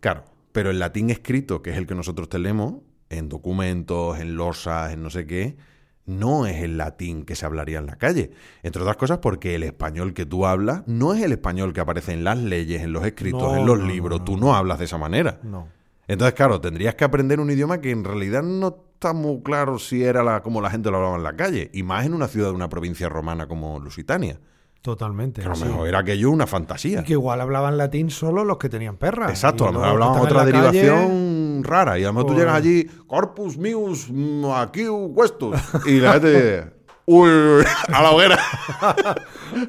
Speaker 1: Claro, pero el latín escrito, que es el que nosotros tenemos, en documentos, en losas, en no sé qué, no es el latín que se hablaría en la calle. Entre otras cosas porque el español que tú hablas no es el español que aparece en las leyes, en los escritos,
Speaker 2: No,
Speaker 1: en los
Speaker 2: no, no,
Speaker 1: libros.
Speaker 2: no. Mm.
Speaker 1: Tú no hablas de esa manera.
Speaker 2: No.
Speaker 1: Entonces, claro, tendrías que aprender un idioma que en realidad no está muy claro si era la, como la gente lo hablaba en la calle, y más en una ciudad de una provincia romana como Lusitania.
Speaker 2: Totalmente.
Speaker 1: Que a lo
Speaker 2: sí.
Speaker 1: mejor era aquello una fantasía.
Speaker 2: Y que igual hablaban latín solo los que tenían perras.
Speaker 1: Exacto,
Speaker 2: Y
Speaker 1: a lo mejor
Speaker 2: luego
Speaker 1: hablaban
Speaker 2: están
Speaker 1: otra
Speaker 2: en la calle, Pues
Speaker 1: derivación rara. Y a lo mejor tú
Speaker 2: Joder.
Speaker 1: llegas allí, corpus mius, mm, aquí cuestus. Y la gente dice, "Uy, uy, uy, a la hoguera.
Speaker 2: "Ah,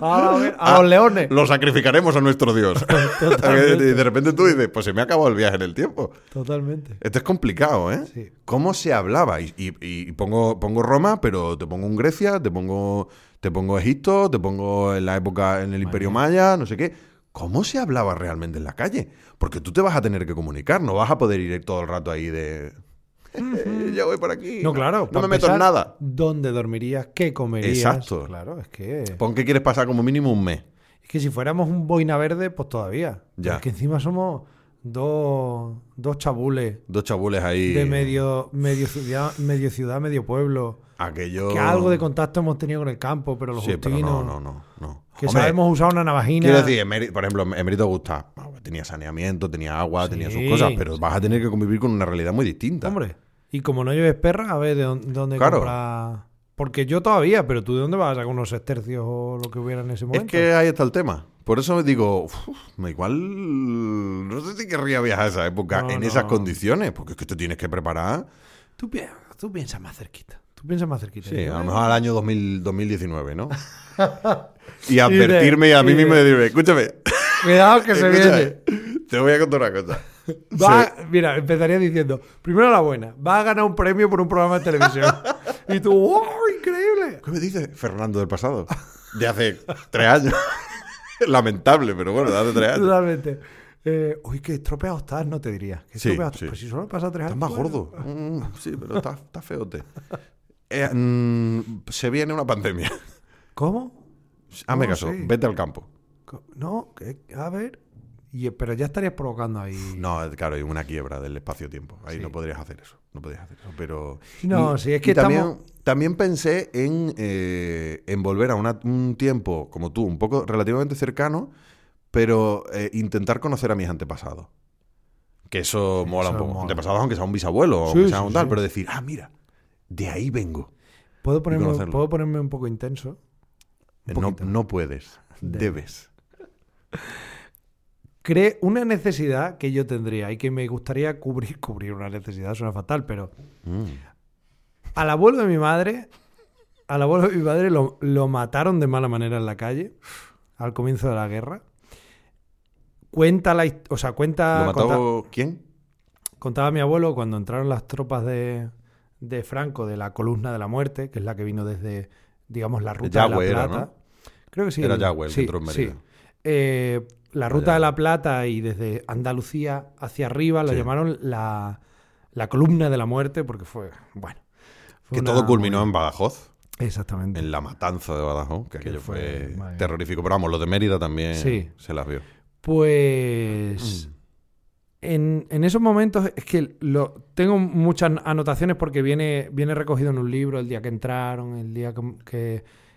Speaker 2: A, la- a
Speaker 1: Ah.
Speaker 2: los leones.
Speaker 1: Lo sacrificaremos a nuestro dios.
Speaker 2: Totalmente.
Speaker 1: y de repente tú dices, pues se me ha acabado el viaje en el tiempo.
Speaker 2: Totalmente.
Speaker 1: Esto es complicado, ¿eh?
Speaker 2: Sí.
Speaker 1: ¿Cómo se hablaba? Y, y- y pongo, pongo Roma, pero te pongo un Grecia, te pongo, te pongo Egipto, te pongo en la época en el Imperio Maya, no sé qué. ¿Cómo se hablaba realmente en la calle? Porque tú te vas a tener que comunicar, no vas a poder ir todo el rato ahí de... ya voy por aquí.
Speaker 2: No, claro.
Speaker 1: No
Speaker 2: para
Speaker 1: me meto en
Speaker 2: empezar,
Speaker 1: nada.
Speaker 2: ¿Dónde dormirías? ¿Qué comerías?
Speaker 1: Exacto.
Speaker 2: Claro, es que.
Speaker 1: Pon que quieres pasar como mínimo un mes.
Speaker 2: Es que si fuéramos un boina verde, pues todavía.
Speaker 1: Ya.
Speaker 2: Es que encima somos dos, dos chabules
Speaker 1: Dos chabules ahí.
Speaker 2: de medio, medio, ciudad, medio ciudad, medio pueblo.
Speaker 1: Aquello...
Speaker 2: Que algo de contacto hemos tenido con el campo, pero los
Speaker 1: Sí, pero
Speaker 2: justinos.
Speaker 1: no, no, no. no.
Speaker 2: Que
Speaker 1: Hombre,
Speaker 2: sabemos usar una navajina.
Speaker 1: Quiero decir, Emery- por ejemplo, Emérito Augusta bueno, tenía saneamiento, tenía agua, tenía sus
Speaker 2: Sí,
Speaker 1: cosas, pero vas a tener que convivir con una realidad muy distinta.
Speaker 2: Hombre, y como no lleves perras, a ver de dónde, dónde
Speaker 1: Claro.
Speaker 2: comprar- Porque yo todavía, pero tú de dónde vas a sacar unos estercios o lo que hubiera en ese
Speaker 1: es
Speaker 2: momento.
Speaker 1: que ahí está el tema. Por eso digo, uf, me igual no sé si querría viajar a esa época
Speaker 2: No,
Speaker 1: en
Speaker 2: no.
Speaker 1: esas condiciones, porque es que te tienes que preparar.
Speaker 2: tú, pi- tú piensas más cerquita. Tú piensas más cerquita.
Speaker 1: Sí,
Speaker 2: Yo,
Speaker 1: a lo
Speaker 2: eh,
Speaker 1: mejor al año 2000, 2019, ¿no? y advertirme a mí
Speaker 2: y de-
Speaker 1: mismo y decirme, escúchame,
Speaker 2: Cuidado que se viene.
Speaker 1: escúchame, te voy a contar una cosa.
Speaker 2: Va- Mira, empezaría diciendo, primero la buena, va a ganar un premio por un programa de televisión. y tú, ¡wow! ¡Increíble!
Speaker 1: ¿Qué me dice Fernando del pasado? De hace tres años. Lamentable, pero bueno, de hace tres años.
Speaker 2: Totalmente. Eh, uy, qué estropeado estás, no te diría. Qué
Speaker 1: Sí,
Speaker 2: estropeado
Speaker 1: sí.
Speaker 2: estás. Pues si solo pasa tres años.
Speaker 1: Estás más
Speaker 2: bueno.
Speaker 1: gordo. Mm, sí, pero está, está feote. Eh, mm, se viene una pandemia.
Speaker 2: ¿Cómo?
Speaker 1: Hazme
Speaker 2: No,
Speaker 1: caso,
Speaker 2: sí.
Speaker 1: vete al campo.
Speaker 2: Co- No, que- a ver. Y, pero ya estarías provocando ahí.
Speaker 1: No, eh, claro, hay una quiebra del espacio-tiempo. Ahí
Speaker 2: Sí.
Speaker 1: no podrías hacer eso. No podrías hacer eso. Pero.
Speaker 2: No, sí, es que
Speaker 1: también,
Speaker 2: estamos-
Speaker 1: también pensé en, eh, en volver a una- un tiempo como tú, un poco relativamente cercano, pero eh, intentar conocer a mis antepasados. Que eso mola un
Speaker 2: eso
Speaker 1: poco.
Speaker 2: mola.
Speaker 1: Antepasados, aunque sea un bisabuelo,
Speaker 2: Sí,
Speaker 1: aunque sea
Speaker 2: sí,
Speaker 1: un tal,
Speaker 2: sí.
Speaker 1: pero decir, ah, mira, de ahí vengo.
Speaker 2: ¿Puedo ponerme,
Speaker 1: conocerlo.
Speaker 2: ¿Puedo ponerme un poco intenso? Un
Speaker 1: No,
Speaker 2: poquito.
Speaker 1: no puedes,
Speaker 2: Debes.
Speaker 1: debes.
Speaker 2: Cre- una necesidad que yo tendría y que me gustaría cubrir. Cubrir una necesidad suena fatal, pero
Speaker 1: Mm.
Speaker 2: al abuelo de mi madre, al abuelo de mi madre lo, lo mataron de mala manera en la calle al comienzo de la guerra. Cuenta la, his- o sea, cuenta
Speaker 1: ¿Lo mató
Speaker 2: conta-
Speaker 1: quién?
Speaker 2: Contaba mi abuelo cuando entraron las tropas de, de Franco de la columna de la muerte, que es la que vino desde, digamos, la ruta de,
Speaker 1: Yagüe
Speaker 2: la
Speaker 1: era,
Speaker 2: Plata.
Speaker 1: ¿no?
Speaker 2: Creo que sí.
Speaker 1: Era Yagüe el que
Speaker 2: sí,
Speaker 1: entró en Mérida.
Speaker 2: sí. Eh, la ruta de la Plata y desde Andalucía hacia arriba la
Speaker 1: Sí.
Speaker 2: llamaron la, la columna de la muerte porque fue, bueno. fue
Speaker 1: Que
Speaker 2: una-
Speaker 1: todo culminó en Badajoz,
Speaker 2: Exactamente.
Speaker 1: en la matanza de Badajoz, que aquello
Speaker 2: fue-
Speaker 1: fue
Speaker 2: madre mía.
Speaker 1: terrorífico. Pero vamos, lo de Mérida también
Speaker 2: Sí.
Speaker 1: se las vio. Mm.
Speaker 2: Pues en, en esos momentos es que lo, tengo muchas anotaciones porque viene, viene recogido en un libro el día que entraron, el día que... que-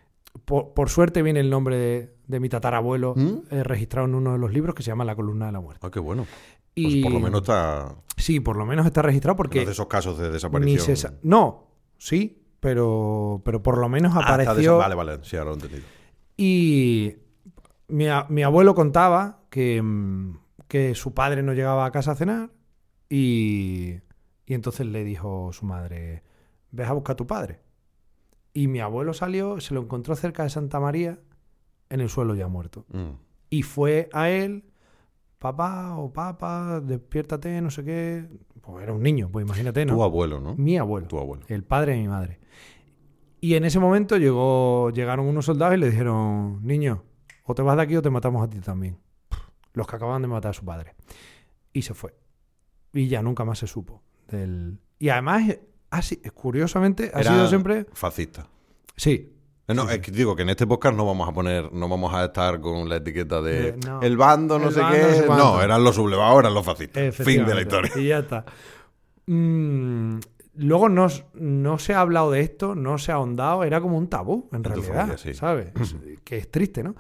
Speaker 2: por, por suerte viene el nombre de, de mi tatarabuelo
Speaker 1: ¿Mm?
Speaker 2: eh, registrado en uno de los libros que se llama La columna de la muerte.
Speaker 1: Ah, qué bueno. Pues
Speaker 2: Y
Speaker 1: por lo menos está.
Speaker 2: Sí, por lo menos está registrado
Speaker 1: Que
Speaker 2: porque...
Speaker 1: de esos casos de
Speaker 2: ni
Speaker 1: desaparición.
Speaker 2: se sa- no, sí, pero, pero por lo menos
Speaker 1: Ah, está desa-
Speaker 2: apareció...
Speaker 1: Vale, vale, sí, ahora lo he entendido.
Speaker 2: Y mi, a- mi abuelo contaba que, mm, que su padre no llegaba a casa a cenar y, y entonces le dijo su madre, ves a buscar a tu padre. Y mi abuelo salió, se lo encontró cerca de Santa María, en el suelo ya muerto.
Speaker 1: Mm.
Speaker 2: Y fue a él, papá o papá, despiértate, no sé qué. Pues era un niño, pues imagínate,
Speaker 1: Tu
Speaker 2: ¿no?
Speaker 1: abuelo, ¿no?
Speaker 2: Mi abuelo.
Speaker 1: Tu abuelo.
Speaker 2: El padre de mi madre. Y en ese momento llegó, llegaron unos soldados y le dijeron, niño, o te vas de aquí o te matamos a ti también. Los que acababan de matar a su padre. Y se fue. Y ya nunca más se supo. Del... Y además, ha si- curiosamente, ha
Speaker 1: Era
Speaker 2: sido siempre...
Speaker 1: Fascista.
Speaker 2: Sí,
Speaker 1: Eh, No, es que digo que en este podcast no vamos a poner, no vamos a estar con la etiqueta de,
Speaker 2: De- no.
Speaker 1: el bando, no
Speaker 2: El
Speaker 1: sé
Speaker 2: bando, no
Speaker 1: qué.
Speaker 2: sé
Speaker 1: No,
Speaker 2: cuánto.
Speaker 1: eran los sublevados, eran los fascistas. Fin de la
Speaker 2: Efectivamente.
Speaker 1: historia.
Speaker 2: Y ya está. Mm, luego no, s- no se ha hablado de esto, no se ha ahondado, era como un tabú, en
Speaker 1: tu
Speaker 2: realidad.
Speaker 1: familia, sí.
Speaker 2: ¿Sabes? Es- que es triste, ¿no?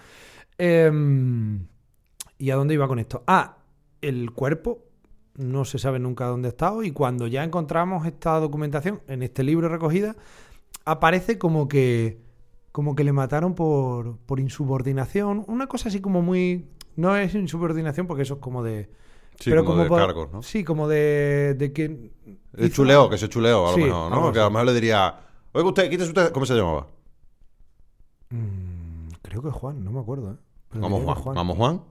Speaker 2: Em, ¿Y a dónde iba con esto? Ah, el cuerpo no se sabe nunca dónde ha estado y cuando ya encontramos esta documentación en este libro recogida, aparece como que como que le mataron por, por insubordinación, una cosa así como muy... No es insubordinación porque eso es como de...
Speaker 1: Sí,
Speaker 2: pero
Speaker 1: como, de
Speaker 2: por-
Speaker 1: cargos, ¿no?
Speaker 2: Sí, como de, de que...
Speaker 1: El
Speaker 2: hizo-
Speaker 1: chuleo, que se chuleó a lo
Speaker 2: Sí,
Speaker 1: mejor,
Speaker 2: algo
Speaker 1: ¿no? Que a
Speaker 2: así.
Speaker 1: lo mejor le diría, oiga usted, quítese usted, ¿cómo se llamaba?
Speaker 2: Mm, creo que Juan, no me acuerdo. ¿eh? Pero
Speaker 1: Vamos
Speaker 2: creo
Speaker 1: Juan,
Speaker 2: que
Speaker 1: vamos Juan.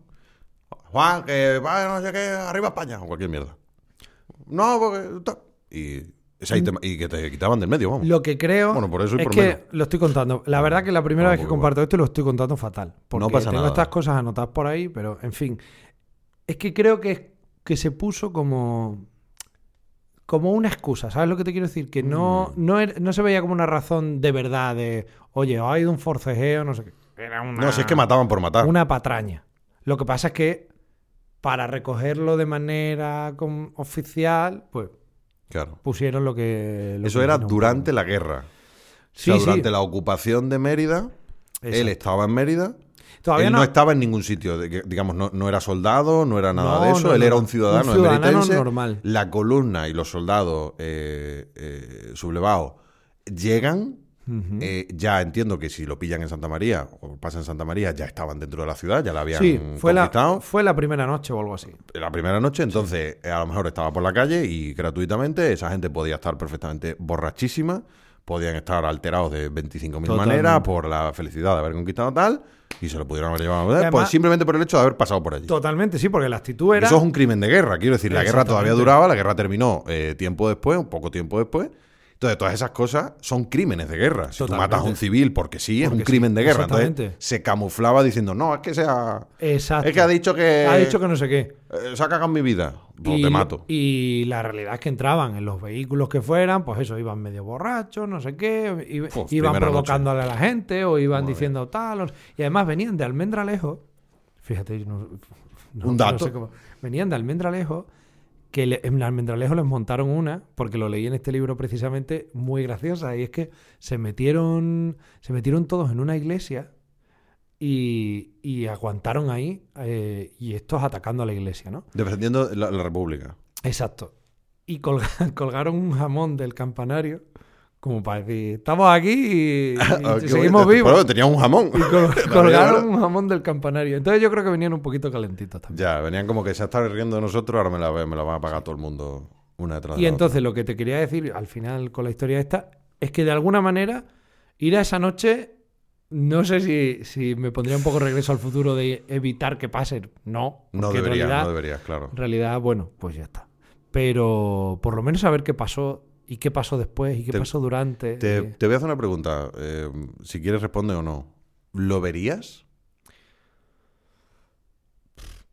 Speaker 1: Juan, que va, no sé qué, arriba España, o cualquier mierda. No, porque... ta- Y, ese ahí te- y que te quitaban del medio, vamos.
Speaker 2: Lo que creo
Speaker 1: Bueno, por eso y
Speaker 2: es
Speaker 1: por
Speaker 2: que
Speaker 1: menos.
Speaker 2: lo estoy contando. La verdad que la primera
Speaker 1: Ah,
Speaker 2: vez que
Speaker 1: porque
Speaker 2: comparto esto lo estoy contando fatal. Porque
Speaker 1: pasa
Speaker 2: tengo
Speaker 1: nada.
Speaker 2: estas cosas anotadas por ahí, pero en fin. Es que creo que, es- que se puso como como una excusa, ¿sabes lo que te quiero decir? Que no,
Speaker 1: Mm.
Speaker 2: no, era- no se veía como una razón de verdad de, oye, ha ido un forcejeo, no sé qué. Era una,
Speaker 1: No, si es que mataban por matar.
Speaker 2: una patraña. Lo que pasa es que para recogerlo de manera com- oficial, pues
Speaker 1: Claro.
Speaker 2: pusieron lo que... lo
Speaker 1: Eso
Speaker 2: que
Speaker 1: era
Speaker 2: vino.
Speaker 1: durante la guerra.
Speaker 2: Sí,
Speaker 1: o sea,
Speaker 2: sí.
Speaker 1: durante la ocupación de Mérida, él
Speaker 2: Exacto.
Speaker 1: estaba en Mérida.
Speaker 2: Todavía
Speaker 1: él no,
Speaker 2: no,
Speaker 1: estaba en ningún sitio, de que- digamos, no, no era soldado, no era nada
Speaker 2: No,
Speaker 1: de eso,
Speaker 2: no,
Speaker 1: él
Speaker 2: no,
Speaker 1: era
Speaker 2: no.
Speaker 1: un ciudadano,
Speaker 2: Un ciudadano
Speaker 1: emeritense.
Speaker 2: normal.
Speaker 1: La columna y los soldados eh, eh, sublevados llegan, eh, ya entiendo que si lo pillan en Santa María o pasa en Santa María, ya estaban dentro de la ciudad, ya la habían
Speaker 2: Sí, fue la,
Speaker 1: conquistado.
Speaker 2: fue la primera noche o algo así.
Speaker 1: la primera noche, entonces eh, a lo mejor estaba por la calle y gratuitamente esa gente podía estar perfectamente borrachísima, podían estar alterados de 25.000
Speaker 2: Totalmente.
Speaker 1: maneras por la felicidad de haber conquistado tal y se lo pudieron haber llevado
Speaker 2: además-
Speaker 1: pues simplemente por el hecho de haber pasado por allí.
Speaker 2: Totalmente, sí, porque la actitud era...
Speaker 1: Eso es un crimen de guerra, quiero decir, la guerra todavía
Speaker 2: Exactamente.
Speaker 1: duraba, la guerra terminó eh, tiempo después, un poco tiempo después. Entonces, todas esas cosas son crímenes de guerra. Si
Speaker 2: Totalmente.
Speaker 1: tú matas a un civil porque sí, es
Speaker 2: Porque
Speaker 1: un crimen
Speaker 2: sí,
Speaker 1: de guerra. Entonces,
Speaker 2: exactamente.
Speaker 1: se camuflaba diciendo, no, es que sea...
Speaker 2: Exacto.
Speaker 1: Es que ha dicho que...
Speaker 2: Ha dicho que no sé qué.
Speaker 1: Eh, se ha cagado en mi vida. Pues
Speaker 2: y,
Speaker 1: te mato.
Speaker 2: y la realidad es que entraban en los vehículos que fueran, pues eso, iban medio borrachos, no sé qué, i-
Speaker 1: Pues,
Speaker 2: iban
Speaker 1: primera
Speaker 2: provocándole a la gente o iban diciendo tal. o- y además venían de Almendralejo, fíjate, no- no-
Speaker 1: Un
Speaker 2: no
Speaker 1: dato.
Speaker 2: sé cómo- venían de Almendralejo, que le- en Almendralejo les montaron una, porque lo leí en este libro precisamente, muy graciosa, y es que se metieron, se metieron todos en una iglesia y, y aguantaron ahí, eh, y estos atacando a la iglesia, ¿no?
Speaker 1: Defendiendo la, la República.
Speaker 2: Exacto. Y colga- colgaron un jamón del campanario, como para decir, estamos aquí y, y
Speaker 1: Ah, qué
Speaker 2: seguimos
Speaker 1: bonito.
Speaker 2: vivos.
Speaker 1: Pero tenía un jamón.
Speaker 2: Y col-
Speaker 1: También,
Speaker 2: colgaron
Speaker 1: ¿verdad?
Speaker 2: un jamón del campanario. Entonces yo creo que venían un poquito calentitos también.
Speaker 1: Ya, venían como que se está riendo de nosotros, ahora me la, me la van a pagar todo el mundo una detrás
Speaker 2: Y
Speaker 1: de la otra.
Speaker 2: entonces lo que te quería decir al final con la historia esta es que de alguna manera ir a esa noche, no sé si, si me pondría un poco regreso al futuro de evitar que pasen. No,
Speaker 1: No
Speaker 2: porque en
Speaker 1: deberías,
Speaker 2: realidad-
Speaker 1: no deberías, claro.
Speaker 2: En realidad, bueno, pues ya está. Pero por lo menos saber qué pasó y qué pasó después y qué
Speaker 1: Te-
Speaker 2: pasó durante.
Speaker 1: Te,
Speaker 2: eh,
Speaker 1: te voy a hacer una pregunta, eh, si quieres responde o no. ¿Lo verías?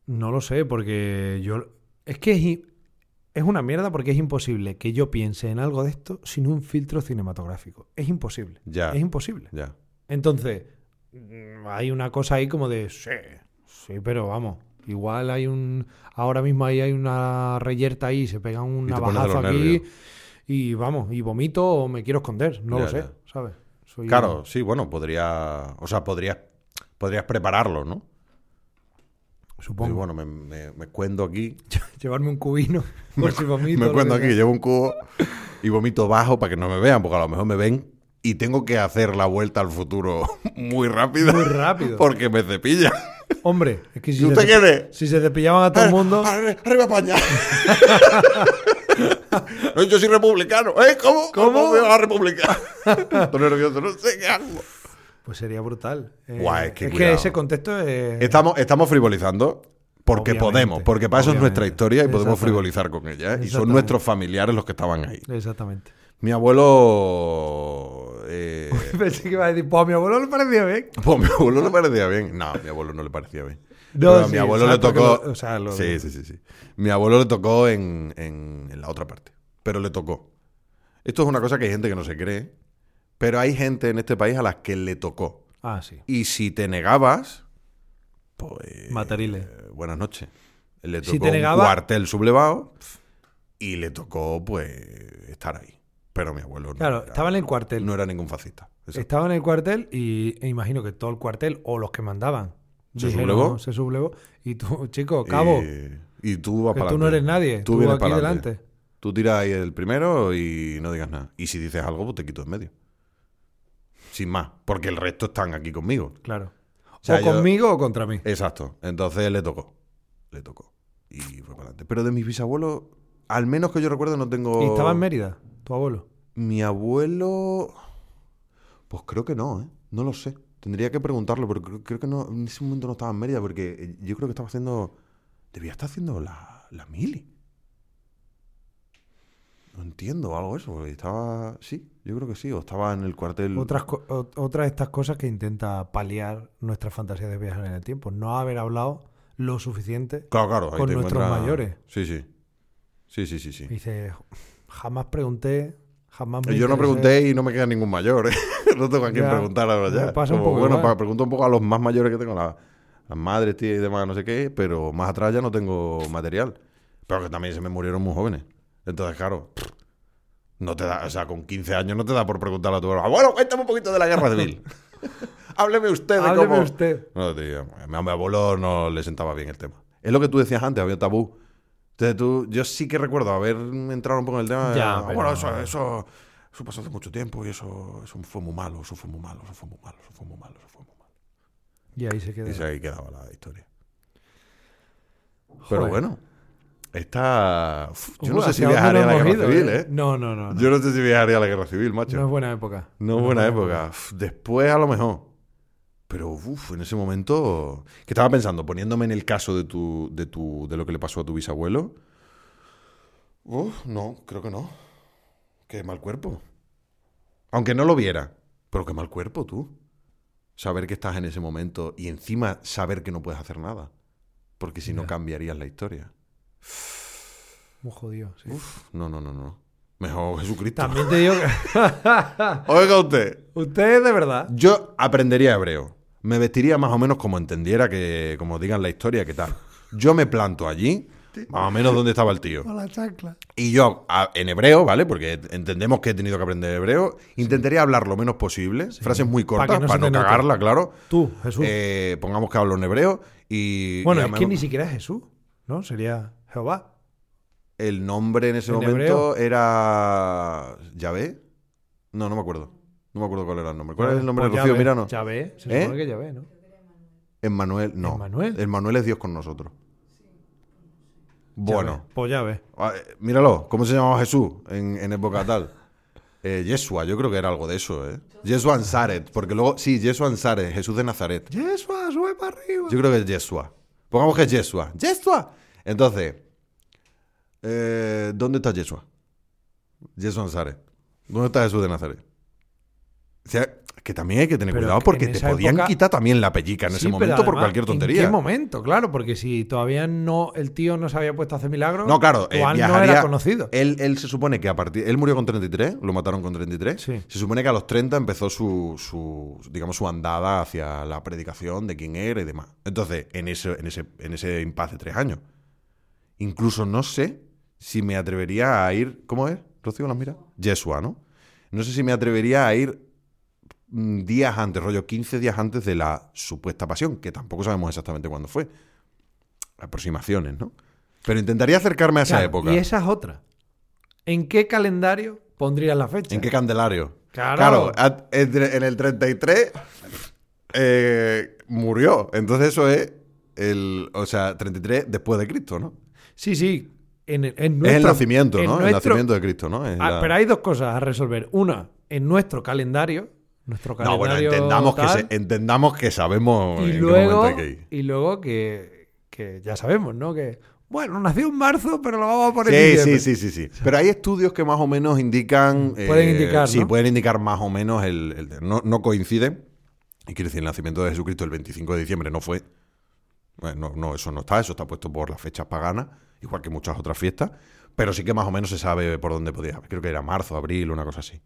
Speaker 2: No lo sé, porque yo... Es que es, i- es una mierda porque es imposible que yo piense en algo de esto sin un filtro cinematográfico. Es imposible.
Speaker 1: Ya.
Speaker 2: Es imposible.
Speaker 1: Ya.
Speaker 2: Entonces, mm, hay una cosa ahí como de, sí, sí, pero vamos. Igual hay un... Ahora mismo ahí hay una reyerta ahí, se pega un
Speaker 1: Y te pones de
Speaker 2: navajazo
Speaker 1: los
Speaker 2: aquí
Speaker 1: nervios.
Speaker 2: y vamos, y vomito o me quiero esconder. No
Speaker 1: Ya,
Speaker 2: lo sé,
Speaker 1: ya.
Speaker 2: ¿sabes? Soy-
Speaker 1: Claro, sí, bueno, podría... O sea, podrías, podrías prepararlo, ¿no?
Speaker 2: Supongo.
Speaker 1: Decir, bueno, me, me, me cuendo aquí.
Speaker 2: Llevarme un cubino por si vomito.
Speaker 1: me
Speaker 2: lo
Speaker 1: cuento
Speaker 2: que
Speaker 1: aquí,
Speaker 2: sea.
Speaker 1: llevo un cubo y vomito bajo para que no me vean, porque a lo mejor me ven y tengo que hacer la vuelta al futuro muy rápido.
Speaker 2: Muy rápido.
Speaker 1: Porque me cepilla.
Speaker 2: Hombre, es que si,
Speaker 1: ¿Y
Speaker 2: se
Speaker 1: usted
Speaker 2: te-
Speaker 1: quiere?
Speaker 2: si se te pillaban a todo el mundo,
Speaker 1: Arre- Arriba España. No, yo soy republicano. ¿Eh? ¿Cómo?
Speaker 2: ¿Cómo?
Speaker 1: me vas a republicar? Estoy nervioso, no sé qué hago.
Speaker 2: pues sería brutal. Eh,
Speaker 1: Guau, es que
Speaker 2: es que
Speaker 1: cuidado.
Speaker 2: ese contexto es.
Speaker 1: Estamos, estamos frivolizando porque
Speaker 2: Obviamente,
Speaker 1: podemos, porque para eso es nuestra
Speaker 2: obviamente.
Speaker 1: historia y podemos
Speaker 2: Exactamente.
Speaker 1: frivolizar con ella. ¿eh? Y son
Speaker 2: Exactamente.
Speaker 1: nuestros familiares los que estaban ahí.
Speaker 2: Exactamente.
Speaker 1: Mi abuelo. eh,
Speaker 2: Pensé que iba a decir, pues a mi abuelo le parecía bien.
Speaker 1: pues, mi abuelo le parecía bien. No, a mi abuelo no le parecía bien.
Speaker 2: No,
Speaker 1: Pero a
Speaker 2: sí,
Speaker 1: mi abuelo
Speaker 2: o sea,
Speaker 1: le tocó.
Speaker 2: porque lo- o sea, lo-
Speaker 1: sí, sí, sí, sí. Mi abuelo le tocó en, en- en la otra parte. Pero le tocó. Esto es una cosa que hay gente que no se cree. Pero hay gente en este país a las que le tocó.
Speaker 2: Ah, sí.
Speaker 1: Y si te negabas, pues.
Speaker 2: Matarile.
Speaker 1: Eh, buenas noches. Le tocó
Speaker 2: Si te negaba-
Speaker 1: un cuartel sublevado y le tocó, pues, estar ahí. Pero mi abuelo no,
Speaker 2: Claro,
Speaker 1: era,
Speaker 2: estaba en el cuartel.
Speaker 1: no era ningún fascista. Exacto.
Speaker 2: Estaba en el cuartel y e imagino que todo el cuartel o los que mandaban
Speaker 1: ¿Se
Speaker 2: dijeron,
Speaker 1: sublevó?
Speaker 2: Se sublevó. Y tú, chico, cabo,
Speaker 1: Eh, Y, y tú vas
Speaker 2: que
Speaker 1: para
Speaker 2: tú no eres nadie. Tú,
Speaker 1: vienes
Speaker 2: aquí
Speaker 1: pa'lante.
Speaker 2: delante.
Speaker 1: Tú tiras ahí el primero y no digas nada. Y si dices algo, pues te quito en medio. sin más, porque el resto están aquí conmigo.
Speaker 2: Claro. O,
Speaker 1: sea, yo-
Speaker 2: conmigo o contra mí.
Speaker 1: Exacto. Entonces le tocó. Le tocó. Y fue para adelante. Pero de mis bisabuelos, al menos que yo recuerdo, no tengo.
Speaker 2: ¿Y estaba en Mérida, tu abuelo?
Speaker 1: Mi abuelo. Pues creo que no, ¿eh? No lo sé. Tendría que preguntarlo, pero creo, creo que no. En ese momento no estaba en Mérida, porque eh, yo creo que estaba haciendo. Debía estar haciendo la, la mili. No entiendo algo de eso, porque estaba. Sí, yo creo que sí. O estaba en el cuartel.
Speaker 2: Otras, co- o- otra de estas cosas que intenta paliar nuestra fantasía de viajar en el tiempo. No haber hablado lo suficiente.
Speaker 1: Claro, claro. ahí
Speaker 2: con
Speaker 1: te
Speaker 2: nuestros
Speaker 1: encuentras-
Speaker 2: mayores.
Speaker 1: Sí, sí. Sí, sí, sí, sí.
Speaker 2: Y dice, jamás pregunté, jamás me
Speaker 1: Yo no
Speaker 2: interesé".
Speaker 1: pregunté y no me queda ningún mayor. ¿eh? no tengo a quién
Speaker 2: Ya,
Speaker 1: preguntar ahora
Speaker 2: me
Speaker 1: ya.
Speaker 2: pasa un
Speaker 1: Como,
Speaker 2: poco
Speaker 1: bueno,
Speaker 2: igual.
Speaker 1: pa- pregunto un poco a los más mayores que tengo, la- las madres, tías y demás, no sé qué, pero más atrás ya no tengo material. Pero que también se me murieron muy jóvenes. Entonces, claro, no te da, o sea, con 15 años no te da por preguntarle a tu abuelo, bueno, cuéntame un poquito de la guerra civil. Hábleme usted de
Speaker 2: Hábleme
Speaker 1: cómo...
Speaker 2: usted.
Speaker 1: No, tío, a mi abuelo no le sentaba bien el tema. Es lo que tú decías antes, había un tabú. Entonces tú, yo sí que recuerdo haber entrado un poco en el tema. de,
Speaker 2: Ya,
Speaker 1: "Ah,
Speaker 2: pero-
Speaker 1: Bueno, eso, eso, eso pasó hace mucho tiempo y eso, eso fue muy malo, eso fue muy malo, eso fue muy malo, eso fue muy malo, eso fue muy malo.
Speaker 2: Y ahí se queda.
Speaker 1: Y eso ahí quedaba la historia. Pero
Speaker 2: Joder.
Speaker 1: bueno, esta... Uf, yo no
Speaker 2: Uy,
Speaker 1: sé si
Speaker 2: ¿hacia dónde
Speaker 1: viajaría a la
Speaker 2: nos
Speaker 1: guerra
Speaker 2: hemos ido,
Speaker 1: civil,
Speaker 2: eh?
Speaker 1: ¿eh?
Speaker 2: No, no, no. no.
Speaker 1: Yo no sé si viajaría a la guerra civil, macho.
Speaker 2: No es buena época.
Speaker 1: No
Speaker 2: es
Speaker 1: buena época. Uf, Después a lo mejor. Pero uf, en ese momento. Que estaba pensando, poniéndome en el caso de tu. de tu. de lo que le pasó a tu bisabuelo. Uf, no, creo que no. Qué mal cuerpo. Aunque no lo viera. Pero qué mal cuerpo tú. Saber que estás en ese momento y encima saber que no puedes hacer nada. Porque si no
Speaker 2: Ya.
Speaker 1: cambiarías la historia.
Speaker 2: Muy jodido, sí.
Speaker 1: Uf, no, no, no, no. Mejor Jesucristo.
Speaker 2: También te digo que...
Speaker 1: Oiga usted.
Speaker 2: Usted de verdad.
Speaker 1: Yo aprendería hebreo. Me vestiría más o menos como entendiera que, como digan la historia, que tal. Yo me planto allí, más o menos donde estaba el tío.
Speaker 2: la chancla.
Speaker 1: Y yo, a- en hebreo, ¿vale? Porque entendemos que he tenido que aprender hebreo. Intentaría hablar lo menos posible. Frases muy cortas, para
Speaker 2: que no
Speaker 1: no,
Speaker 2: se te note.
Speaker 1: cagarla, claro.
Speaker 2: Tú, Jesús.
Speaker 1: Eh, pongamos que hablo en hebreo. Y,
Speaker 2: bueno,
Speaker 1: y
Speaker 2: es que
Speaker 1: además-
Speaker 2: ni siquiera es Jesús, ¿no? Sería Jehová.
Speaker 1: el nombre en ese
Speaker 2: ¿En
Speaker 1: momento era. ¿Yahvé? No, no me acuerdo. No me acuerdo cuál era el nombre. ¿Cuál es el nombre de
Speaker 2: Pues
Speaker 1: Rocío
Speaker 2: Yahvé,
Speaker 1: Mirano?
Speaker 2: Yahvé, se
Speaker 1: ¿Eh?
Speaker 2: supone que Yahvé, ¿no?
Speaker 1: Emmanuel, no.
Speaker 2: ¿Emmanuel?
Speaker 1: Emmanuel es Dios con nosotros. Bueno,
Speaker 2: Yahvé. Pues Yahvé.
Speaker 1: ah, eh, míralo, ¿cómo se llamaba Jesús en, en época tal? Eh, Yeshua, yo creo que era algo de eso, ¿eh? Yeshua Ansaret, porque luego, sí, Yeshua Ansaret, Jesús de Nazaret.
Speaker 2: Yeshua, sube para arriba.
Speaker 1: Yo creo que es Yeshua. Pongamos que es Yeshua. ¡Yeshua! Entonces, eh, ¿dónde está Yeshua? Yeshua Ansaret. ¿Dónde está Jesús de Nazaret? O sea, que también hay que tener
Speaker 2: Pero
Speaker 1: cuidado
Speaker 2: en
Speaker 1: porque te
Speaker 2: esa
Speaker 1: podían
Speaker 2: época-
Speaker 1: quitar también la pellica en
Speaker 2: Sí,
Speaker 1: ese
Speaker 2: pero
Speaker 1: momento por
Speaker 2: además,
Speaker 1: cualquier tontería.
Speaker 2: ¿En qué momento? Claro, porque si todavía no el tío no se había puesto a hacer milagros,
Speaker 1: No, claro, eh,
Speaker 2: Juan no
Speaker 1: viajaría-
Speaker 2: era conocido.
Speaker 1: Él, él se supone que a partir. Él murió con 33, lo mataron con 33.
Speaker 2: Sí.
Speaker 1: Se supone que a los 30 empezó su, su, digamos, su andada hacia la predicación de quién era y demás. Entonces, en ese, en ese, en ese impasse de tres años. Incluso no sé si me atrevería a ir. ¿Cómo es? Rocío, las mira. Yeshua, ¿no? No sé si me atrevería a ir mm, días antes, rollo 15 días antes de la supuesta pasión, que tampoco sabemos exactamente cuándo fue. Aproximaciones, ¿no? Pero intentaría acercarme a esa
Speaker 2: Claro,
Speaker 1: época.
Speaker 2: Y esa es otra. ¿En qué calendario pondrías la fecha?
Speaker 1: ¿En qué candelario?
Speaker 2: Claro.
Speaker 1: at- entre- en el 33 eh, murió. Entonces eso es el, o sea, 33 después de Cristo, ¿no?
Speaker 2: Sí, sí. En, el- en
Speaker 1: es el
Speaker 2: nuestro-
Speaker 1: nacimiento,
Speaker 2: en
Speaker 1: ¿no? El
Speaker 2: nuestro-
Speaker 1: nacimiento de Cristo, ¿no? Es
Speaker 2: Ah,
Speaker 1: la-
Speaker 2: Pero hay dos cosas a resolver. Una, en nuestro calendario. Nuestro
Speaker 1: No, bueno,
Speaker 2: calendario.
Speaker 1: entendamos que,
Speaker 2: tal,
Speaker 1: se- entendamos que sabemos
Speaker 2: y
Speaker 1: en qué
Speaker 2: luego,
Speaker 1: momento hay que ir.
Speaker 2: Y luego que, que ya sabemos, ¿no? Que, bueno, nació en marzo, pero lo vamos a poner en
Speaker 1: Sí, sí,
Speaker 2: diciembre.
Speaker 1: sí, sí, sí. Pero hay estudios que más o menos indican.
Speaker 2: Pueden indicar,
Speaker 1: Sí,
Speaker 2: ¿no?
Speaker 1: pueden indicar más o menos el. el- no, no coinciden. Y quiere decir, el nacimiento de Jesucristo el 25 de diciembre no fue. Bueno, no, no, eso no está, eso está puesto por las fechas paganas, igual que muchas otras fiestas. Pero sí que más o menos se sabe por dónde podía. Creo que era marzo, abril, una cosa así.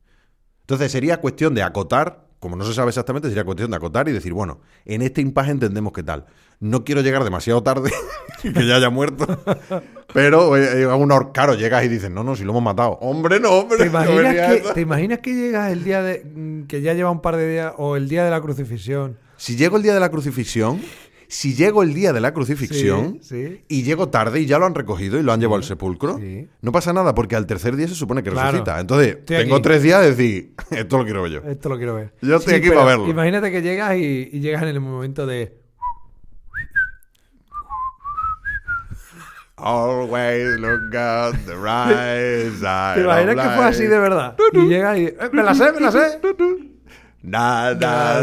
Speaker 1: Entonces sería cuestión de acotar, como no se sabe exactamente, sería cuestión de acotar y decir, bueno, en este impasse entendemos qué tal. No quiero llegar demasiado tarde, que ya haya muerto, pero eh, eh, a un hor- claro, llegas y dices, no, no, si lo hemos matado. Hombre, no, hombre.
Speaker 2: ¿Te
Speaker 1: no
Speaker 2: imaginas,
Speaker 1: venía
Speaker 2: que,
Speaker 1: eso.
Speaker 2: ¿Te imaginas que llegas el día de. mm, que ya lleva un par de días. o el día de la crucifixión.
Speaker 1: Si llego el día de la crucifixión si llego el día de la crucifixión
Speaker 2: sí.
Speaker 1: y llego tarde y ya lo han recogido y lo han llevado al sepulcro,
Speaker 2: sí.
Speaker 1: no pasa nada porque al tercer día se supone que
Speaker 2: Claro.
Speaker 1: resucita. Entonces,
Speaker 2: Estoy
Speaker 1: tengo
Speaker 2: aquí.
Speaker 1: tres días de decir, esto lo quiero yo.
Speaker 2: Esto lo quiero ver.
Speaker 1: Yo estoy aquí
Speaker 2: pero
Speaker 1: para verlo.
Speaker 2: Imagínate que llegas y, y llegas en el momento de.
Speaker 1: Always look at the right side.
Speaker 2: ¿Te imaginas
Speaker 1: of
Speaker 2: que fue así de
Speaker 1: life.
Speaker 2: verdad? Y llegas y. "Eh, ¡Me la sé, me la sé!
Speaker 1: Na, na, la,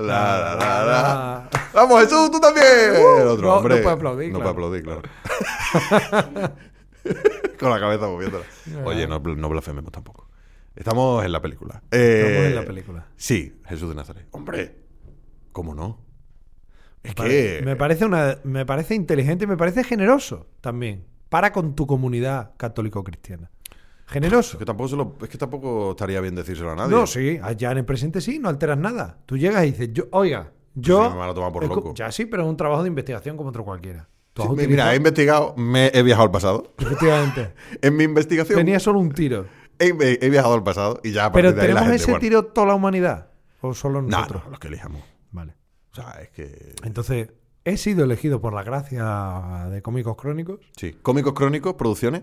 Speaker 1: la, la, la,
Speaker 2: Ah,
Speaker 1: la, la. Vamos, Jesús, tú también. El otro,
Speaker 2: Uh, no, no
Speaker 1: hombre.
Speaker 2: puede aplaudir,
Speaker 1: No
Speaker 2: claro.
Speaker 1: puede aplaudir, claro. Con la cabeza moviéndola. Oye, no, bl- no blasfememos tampoco. Estamos en la película. Eh,
Speaker 2: en la película.
Speaker 1: Sí, Jesús de Nazaret. Hombre, ¿cómo no? Es
Speaker 2: Pare-
Speaker 1: que.
Speaker 2: Me parece, una, me parece inteligente y me parece generoso también. Para con tu comunidad católico-cristiana. Generoso.
Speaker 1: es que tampoco, se lo- es que tampoco estaría bien decírselo a nadie.
Speaker 2: No, sí, ya en el presente sí, no alteras nada. Tú llegas y dices, yo, oiga, yo.
Speaker 1: sí me van a tomar por
Speaker 2: escu-
Speaker 1: loco.
Speaker 2: Ya sí, pero es un trabajo de investigación como otro cualquiera. Tú
Speaker 1: Sí,
Speaker 2: has
Speaker 1: me- mira, eh. he
Speaker 2: utilizado-
Speaker 1: investigado, me he viajado al pasado.
Speaker 2: efectivamente.
Speaker 1: En mi investigación
Speaker 2: Tenía solo un tiro.
Speaker 1: he, he viajado al pasado y ya a
Speaker 2: Pero
Speaker 1: partir de ahí la
Speaker 2: tenemos
Speaker 1: gente,
Speaker 2: ese
Speaker 1: bueno,
Speaker 2: tiro toda la humanidad. O solo
Speaker 1: no,
Speaker 2: nosotros.
Speaker 1: no, los que elijamos. O
Speaker 2: Vale.
Speaker 1: sea, es que
Speaker 2: Entonces, he sido elegido por la gracia de cómicos crónicos.
Speaker 1: Sí, Cómicos Crónicos, producciones,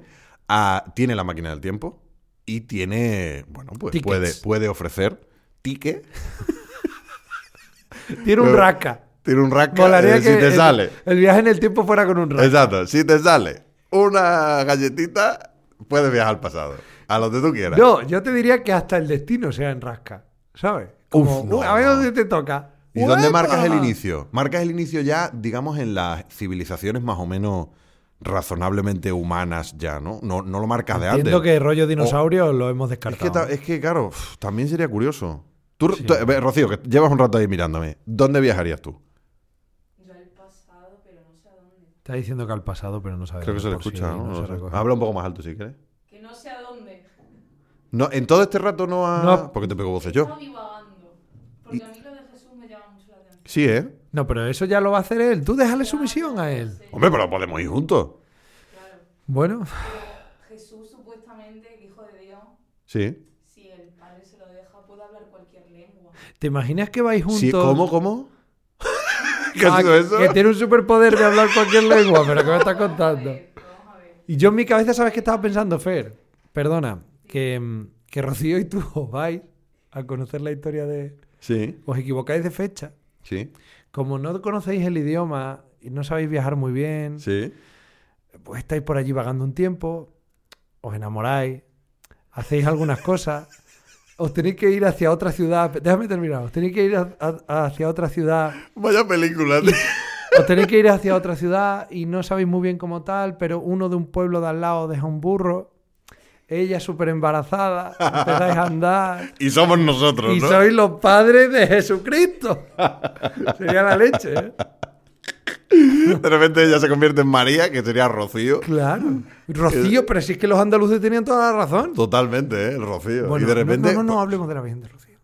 Speaker 1: ah, tiene la máquina del tiempo y tiene, bueno, pues
Speaker 2: Tickets.
Speaker 1: puede, puede ofrecer ticket,
Speaker 2: Tiene un
Speaker 1: Pero-
Speaker 2: raca.
Speaker 1: tiene un rack
Speaker 2: Molaría
Speaker 1: Eh, si
Speaker 2: que
Speaker 1: te
Speaker 2: el,
Speaker 1: sale.
Speaker 2: el viaje en el tiempo fuera con un raca.
Speaker 1: Exacto, si te sale una galletita, puedes viajar al pasado, a lo que tú quieras.
Speaker 2: No, yo te diría que hasta el destino sea en rasca, ¿sabes? Como,
Speaker 1: Uf, no,
Speaker 2: "Uy, a ver
Speaker 1: no.
Speaker 2: dónde te toca.
Speaker 1: ¿Y dónde
Speaker 2: ¡Uepa!
Speaker 1: marcas el inicio? Marcas el inicio ya, digamos, en las civilizaciones más o menos razonablemente humanas ya, ¿no? No, no lo marcas de antes.
Speaker 2: Entiendo que rollo dinosaurio lo hemos
Speaker 1: Es que,
Speaker 2: descartado.
Speaker 1: ta- es que, claro, uf, también sería curioso. Tú, tú- eh, Rocío, que llevas un rato ahí mirándome. ¿Dónde viajarías tú?
Speaker 3: Yo al pasado, pero no sé a dónde.
Speaker 2: Está diciendo que al pasado, pero no sabemos.
Speaker 1: Creo que se le
Speaker 2: por si
Speaker 1: escucha, ¿no?
Speaker 2: pues no
Speaker 1: No
Speaker 2: se
Speaker 1: sé.
Speaker 2: recoge.
Speaker 1: Habla un poco más alto si quieres.
Speaker 3: Que no sé a dónde.
Speaker 1: No, en todo este rato no ha...
Speaker 2: No.
Speaker 1: Porque te pego voces
Speaker 3: He
Speaker 1: yo.
Speaker 3: estado divagando. Porque a mí lo de Jesús me llama mucho la atención.
Speaker 1: Sí, ¿eh?
Speaker 2: No, pero eso ya lo va a hacer él. Tú déjale su misión a él.
Speaker 3: Sí,
Speaker 1: Hombre, pero podemos ir juntos.
Speaker 3: claro.
Speaker 2: Bueno,
Speaker 3: Jesús, supuestamente, el hijo de Dios,
Speaker 1: Sí.
Speaker 3: si el padre se lo deja, puede hablar cualquier lengua.
Speaker 2: ¿te imaginas que vais juntos?
Speaker 1: sí ¿Cómo, cómo? ¿Qué ha
Speaker 2: Ah,
Speaker 1: sido eso?
Speaker 2: Que tiene un superpoder de hablar cualquier lengua, pero ¿qué me estás
Speaker 3: A
Speaker 2: contando?
Speaker 3: ver, vamos a ver.
Speaker 2: Y yo en mi cabeza, ¿sabes qué estaba pensando, Fer? Perdona, que, mm, que Rocío y tú os vais a conocer la historia de...
Speaker 1: Sí,
Speaker 2: Os equivocáis de fecha.
Speaker 1: sí,
Speaker 2: Como no conocéis el idioma y no sabéis viajar muy bien,
Speaker 1: sí.
Speaker 2: pues estáis por allí vagando un tiempo, os enamoráis, hacéis algunas cosas, os tenéis que ir hacia otra ciudad. Déjame terminar, os tenéis que ir a- a- hacia otra ciudad
Speaker 1: Vaya película, tío.
Speaker 2: Os tenéis que ir hacia otra ciudad y no sabéis muy bien cómo tal, pero uno de un pueblo de al lado deja un burro. Ella súper embarazada, empezáis a andar.
Speaker 1: Y somos nosotros,
Speaker 2: Y
Speaker 1: ¿no?
Speaker 2: sois los padres de Jesucristo. Sería la leche, ¿eh?
Speaker 1: De repente ella se convierte en María, que sería Rocío.
Speaker 2: Claro.
Speaker 1: Eh,
Speaker 2: Rocío, pero si es que los andaluces tenían toda la razón.
Speaker 1: Totalmente, ¿eh? El Rocío.
Speaker 2: Bueno,
Speaker 1: y de
Speaker 2: no-
Speaker 1: repente... pues,
Speaker 2: no, no, no hablemos de la Virgen de Rocío.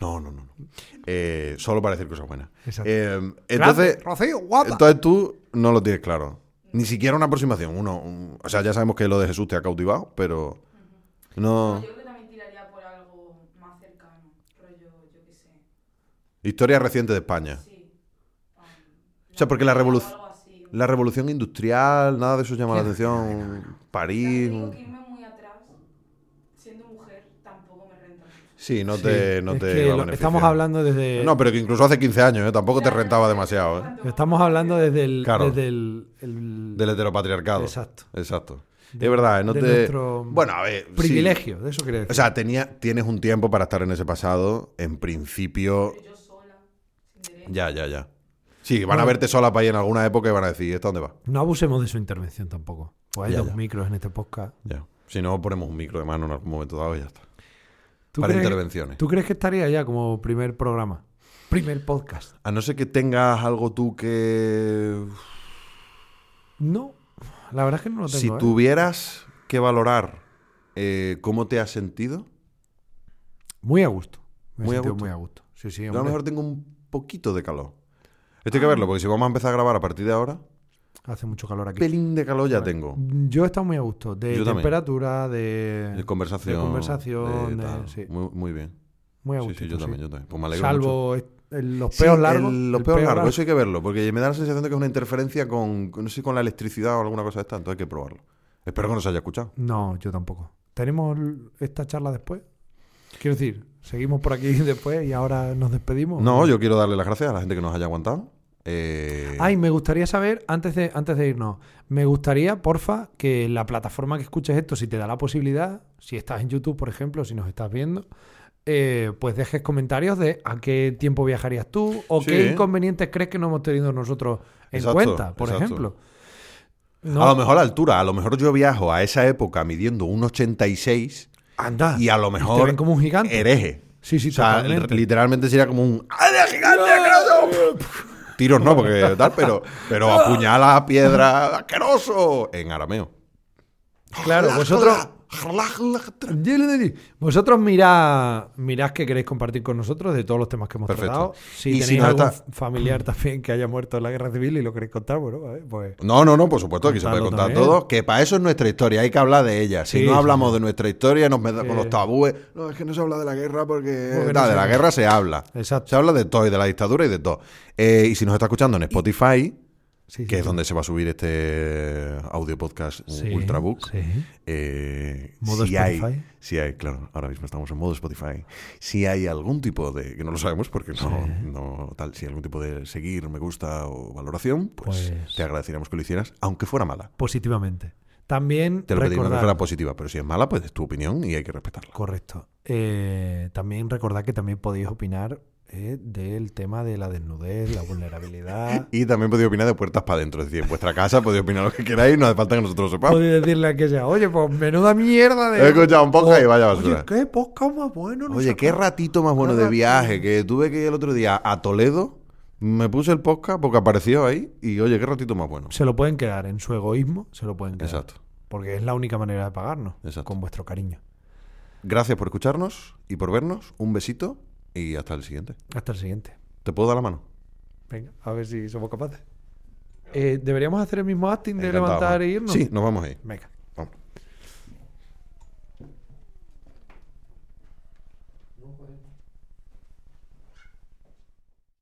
Speaker 1: No, no, no. no. Eh, solo para decir cosas buenas.
Speaker 2: Exacto.
Speaker 1: Eh, entonces,
Speaker 2: Gracias, Rocío, guapa.
Speaker 1: entonces tú no lo tienes claro. Ni siquiera una aproximación. Uno, un- o sea, ya sabemos que lo de Jesús te ha cautivado, pero no.
Speaker 3: Yo creo que también tiraría por algo más cercano. Rollo, yo qué sé.
Speaker 1: Historia reciente de España.
Speaker 3: Sí. Um,
Speaker 1: O sea, porque la
Speaker 3: Navidad o
Speaker 1: revoluc-
Speaker 3: algo así.
Speaker 1: La revolución industrial, nada de eso llama la
Speaker 2: Sí,
Speaker 1: atención.
Speaker 3: Ya te
Speaker 1: París.
Speaker 3: digo que irme muy atrás, siendo mujer, tampoco me renta mucho.
Speaker 1: Sí, no
Speaker 2: Sí,
Speaker 1: te, no
Speaker 2: es
Speaker 1: te
Speaker 2: que
Speaker 1: va a
Speaker 2: lo-
Speaker 1: beneficiar.
Speaker 2: estamos hablando desde.
Speaker 1: No, pero que incluso hace 15 años, ¿eh? tampoco te rentaba demasiado. ¿eh?
Speaker 2: Estamos hablando desde el.
Speaker 1: Claro.
Speaker 2: Desde el, el-
Speaker 1: Del heteropatriarcado.
Speaker 2: Exacto.
Speaker 1: Exacto. es verdad, no
Speaker 2: de
Speaker 1: te.
Speaker 2: nuestro
Speaker 1: bueno, a ver. sí.
Speaker 2: privilegio, de eso quería decir.
Speaker 1: O sea, tenía, tienes un tiempo para estar en ese pasado. En principio.
Speaker 3: Yo sola, sin derecho.
Speaker 1: Ya, ya, ya. Sí, van a
Speaker 2: Bueno.
Speaker 1: verte sola para ahí en alguna época y van a decir, ¿esto dónde va?
Speaker 2: No abusemos de su intervención tampoco. Pues hay
Speaker 1: Ya,
Speaker 2: dos
Speaker 1: ya.
Speaker 2: micros en este podcast.
Speaker 1: Ya. Si no, ponemos un micro de mano en algún momento dado y ya está.
Speaker 2: ¿Tú,
Speaker 1: para
Speaker 2: crees,
Speaker 1: intervenciones.
Speaker 2: ¿Tú crees que estaría ya como primer programa? Primer podcast.
Speaker 1: A no ser que tengas algo tú que...
Speaker 2: No, la verdad es que no lo tengo.
Speaker 1: si
Speaker 2: ¿eh?
Speaker 1: tuvieras que valorar eh, cómo te has sentido,
Speaker 2: Muy a gusto. Me he
Speaker 1: Muy a
Speaker 2: sentido
Speaker 1: gusto.
Speaker 2: muy a gusto. Sí, sí,
Speaker 1: yo a lo
Speaker 2: hombre. Ah.
Speaker 1: mejor tengo un poquito de calor. Esto hay que verlo, porque si vamos a empezar a grabar a partir de ahora,
Speaker 2: Hace mucho calor aquí.
Speaker 1: pelín de calor ya tengo.
Speaker 2: Yo he estado muy a gusto. De
Speaker 1: Yo también.
Speaker 2: temperatura, Eh, de...
Speaker 1: De conversación.
Speaker 2: de conversación, de-
Speaker 1: tal.
Speaker 2: sí.
Speaker 1: muy, muy bien.
Speaker 2: Muy a
Speaker 1: Sí,
Speaker 2: gusto.
Speaker 1: sí, yo también, yo también. Pues me alegro mucho.
Speaker 2: Salvo est- el- los
Speaker 1: Sí,
Speaker 2: peos largos.
Speaker 1: el- los
Speaker 2: el
Speaker 1: peos
Speaker 2: peo
Speaker 1: largos,
Speaker 2: largo.
Speaker 1: eso hay que verlo, porque me da la sensación de que es una interferencia con, con- no sé, con la electricidad o alguna cosa de esta, entonces hay que probarlo. Espero que no se haya escuchado.
Speaker 2: No, yo tampoco. ¿Tenemos l- esta charla después? Quiero decir, seguimos por aquí después y ahora nos despedimos.
Speaker 1: No, yo quiero darle las gracias a la gente que nos haya aguantado. Eh,
Speaker 2: Ay, me gustaría saber, antes de, antes de irnos, me gustaría, porfa, que la plataforma que escuches esto, si te da la posibilidad, si estás en YouTube, por ejemplo, si nos estás viendo, eh, pues dejes comentarios de a qué tiempo viajarías tú o
Speaker 1: Sí.
Speaker 2: qué inconvenientes crees que no hemos tenido nosotros en
Speaker 1: Exacto,
Speaker 2: cuenta, por
Speaker 1: exacto. Ah,
Speaker 2: ejemplo. No,
Speaker 1: A lo mejor la altura, a lo mejor yo viajo a esa época midiendo un 86
Speaker 2: anda.
Speaker 1: y a lo
Speaker 2: te
Speaker 1: mejor
Speaker 2: ven como un gigante.
Speaker 1: hereje.
Speaker 2: Sí, sí,
Speaker 1: O sea,
Speaker 2: totalmente.
Speaker 1: literalmente sería como un ¡Ay, de gigante, asqueroso! Tiros no, porque tal, pero, pero apuñala a piedra asqueroso en arameo.
Speaker 2: Claro,
Speaker 1: ¡Ah,
Speaker 2: vosotros, Vosotros mirad, mirad que queréis compartir con nosotros de todos los temas que hemos
Speaker 1: Perfecto.
Speaker 2: tratado. Si
Speaker 1: Y si
Speaker 2: tenéis
Speaker 1: nos
Speaker 2: algún
Speaker 1: está-
Speaker 2: familiar también que haya muerto en la guerra civil y lo queréis contar, bueno, eh, pues
Speaker 1: No, no, no, por supuesto, aquí se puede
Speaker 2: Contadlo
Speaker 1: contar
Speaker 2: también.
Speaker 1: todo. Que para eso es nuestra historia, hay que hablar de ella. Si
Speaker 2: Sí,
Speaker 1: no
Speaker 2: sí,
Speaker 1: hablamos de nuestra historia, nos metemos con
Speaker 2: Sí.
Speaker 1: los tabúes. No, es que no se habla de la guerra porque.
Speaker 2: Porque
Speaker 1: Nah,
Speaker 2: no
Speaker 1: de
Speaker 2: se
Speaker 1: la
Speaker 2: habla.
Speaker 1: guerra se habla.
Speaker 2: Exacto.
Speaker 1: Se habla de todo y de la dictadura y de todo. Eh, y si nos está escuchando en Spotify,
Speaker 2: sí, sí,
Speaker 1: que es
Speaker 2: sí.
Speaker 1: donde se va a subir este audio podcast
Speaker 2: Sí,
Speaker 1: Ultrabook.
Speaker 2: sí.
Speaker 1: eh,
Speaker 2: Modo
Speaker 1: si Hay,
Speaker 2: Spotify.
Speaker 1: si hay, claro, ahora mismo estamos en modo Spotify. Si hay algún tipo de, que no lo sabemos porque no, no tal, si hay algún tipo de seguir, me gusta o valoración, pues,
Speaker 2: Pues-
Speaker 1: te agradeceríamos que lo hicieras, aunque fuera mala.
Speaker 2: Positivamente. También
Speaker 1: Te lo pedimos que
Speaker 2: recordad-
Speaker 1: fuera positiva, pero si es mala, pues es tu opinión y hay que respetarla.
Speaker 2: Correcto. Eh, también recordad que también podéis opinar eh, del tema de la desnudez, la vulnerabilidad.
Speaker 1: Y también podéis opinar de puertas para adentro, es decir, en vuestra casa podéis opinar lo que queráis, no hace falta que nosotros lo sepamos.
Speaker 2: Podéis decirle a que sea, oye, pues menuda mierda de.
Speaker 1: He escuchado un podcast
Speaker 2: O,
Speaker 1: y vaya basura.
Speaker 2: Oye, qué podcast más bueno. no
Speaker 1: Oye,
Speaker 2: sé
Speaker 1: qué ratito más bueno de
Speaker 2: ratito.
Speaker 1: viaje, que tuve que ir el otro día a Toledo, me puse el podcast porque apareció ahí y oye, qué ratito más bueno.
Speaker 2: se lo pueden quedar en su egoísmo, se lo pueden quedar.
Speaker 1: Exacto.
Speaker 2: Porque es la única manera de pagarnos,
Speaker 1: Exacto.
Speaker 2: con vuestro cariño.
Speaker 1: Gracias por escucharnos y por vernos. Un besito y hasta el siguiente.
Speaker 2: Hasta el siguiente.
Speaker 1: ¿Te puedo dar la mano?
Speaker 2: Venga, a ver si somos capaces. Eh, ¿Deberíamos hacer el mismo acting de
Speaker 1: Encantado,
Speaker 2: levantar
Speaker 1: Juan.
Speaker 2: e irnos?
Speaker 1: Sí, nos vamos ahí.
Speaker 2: Venga.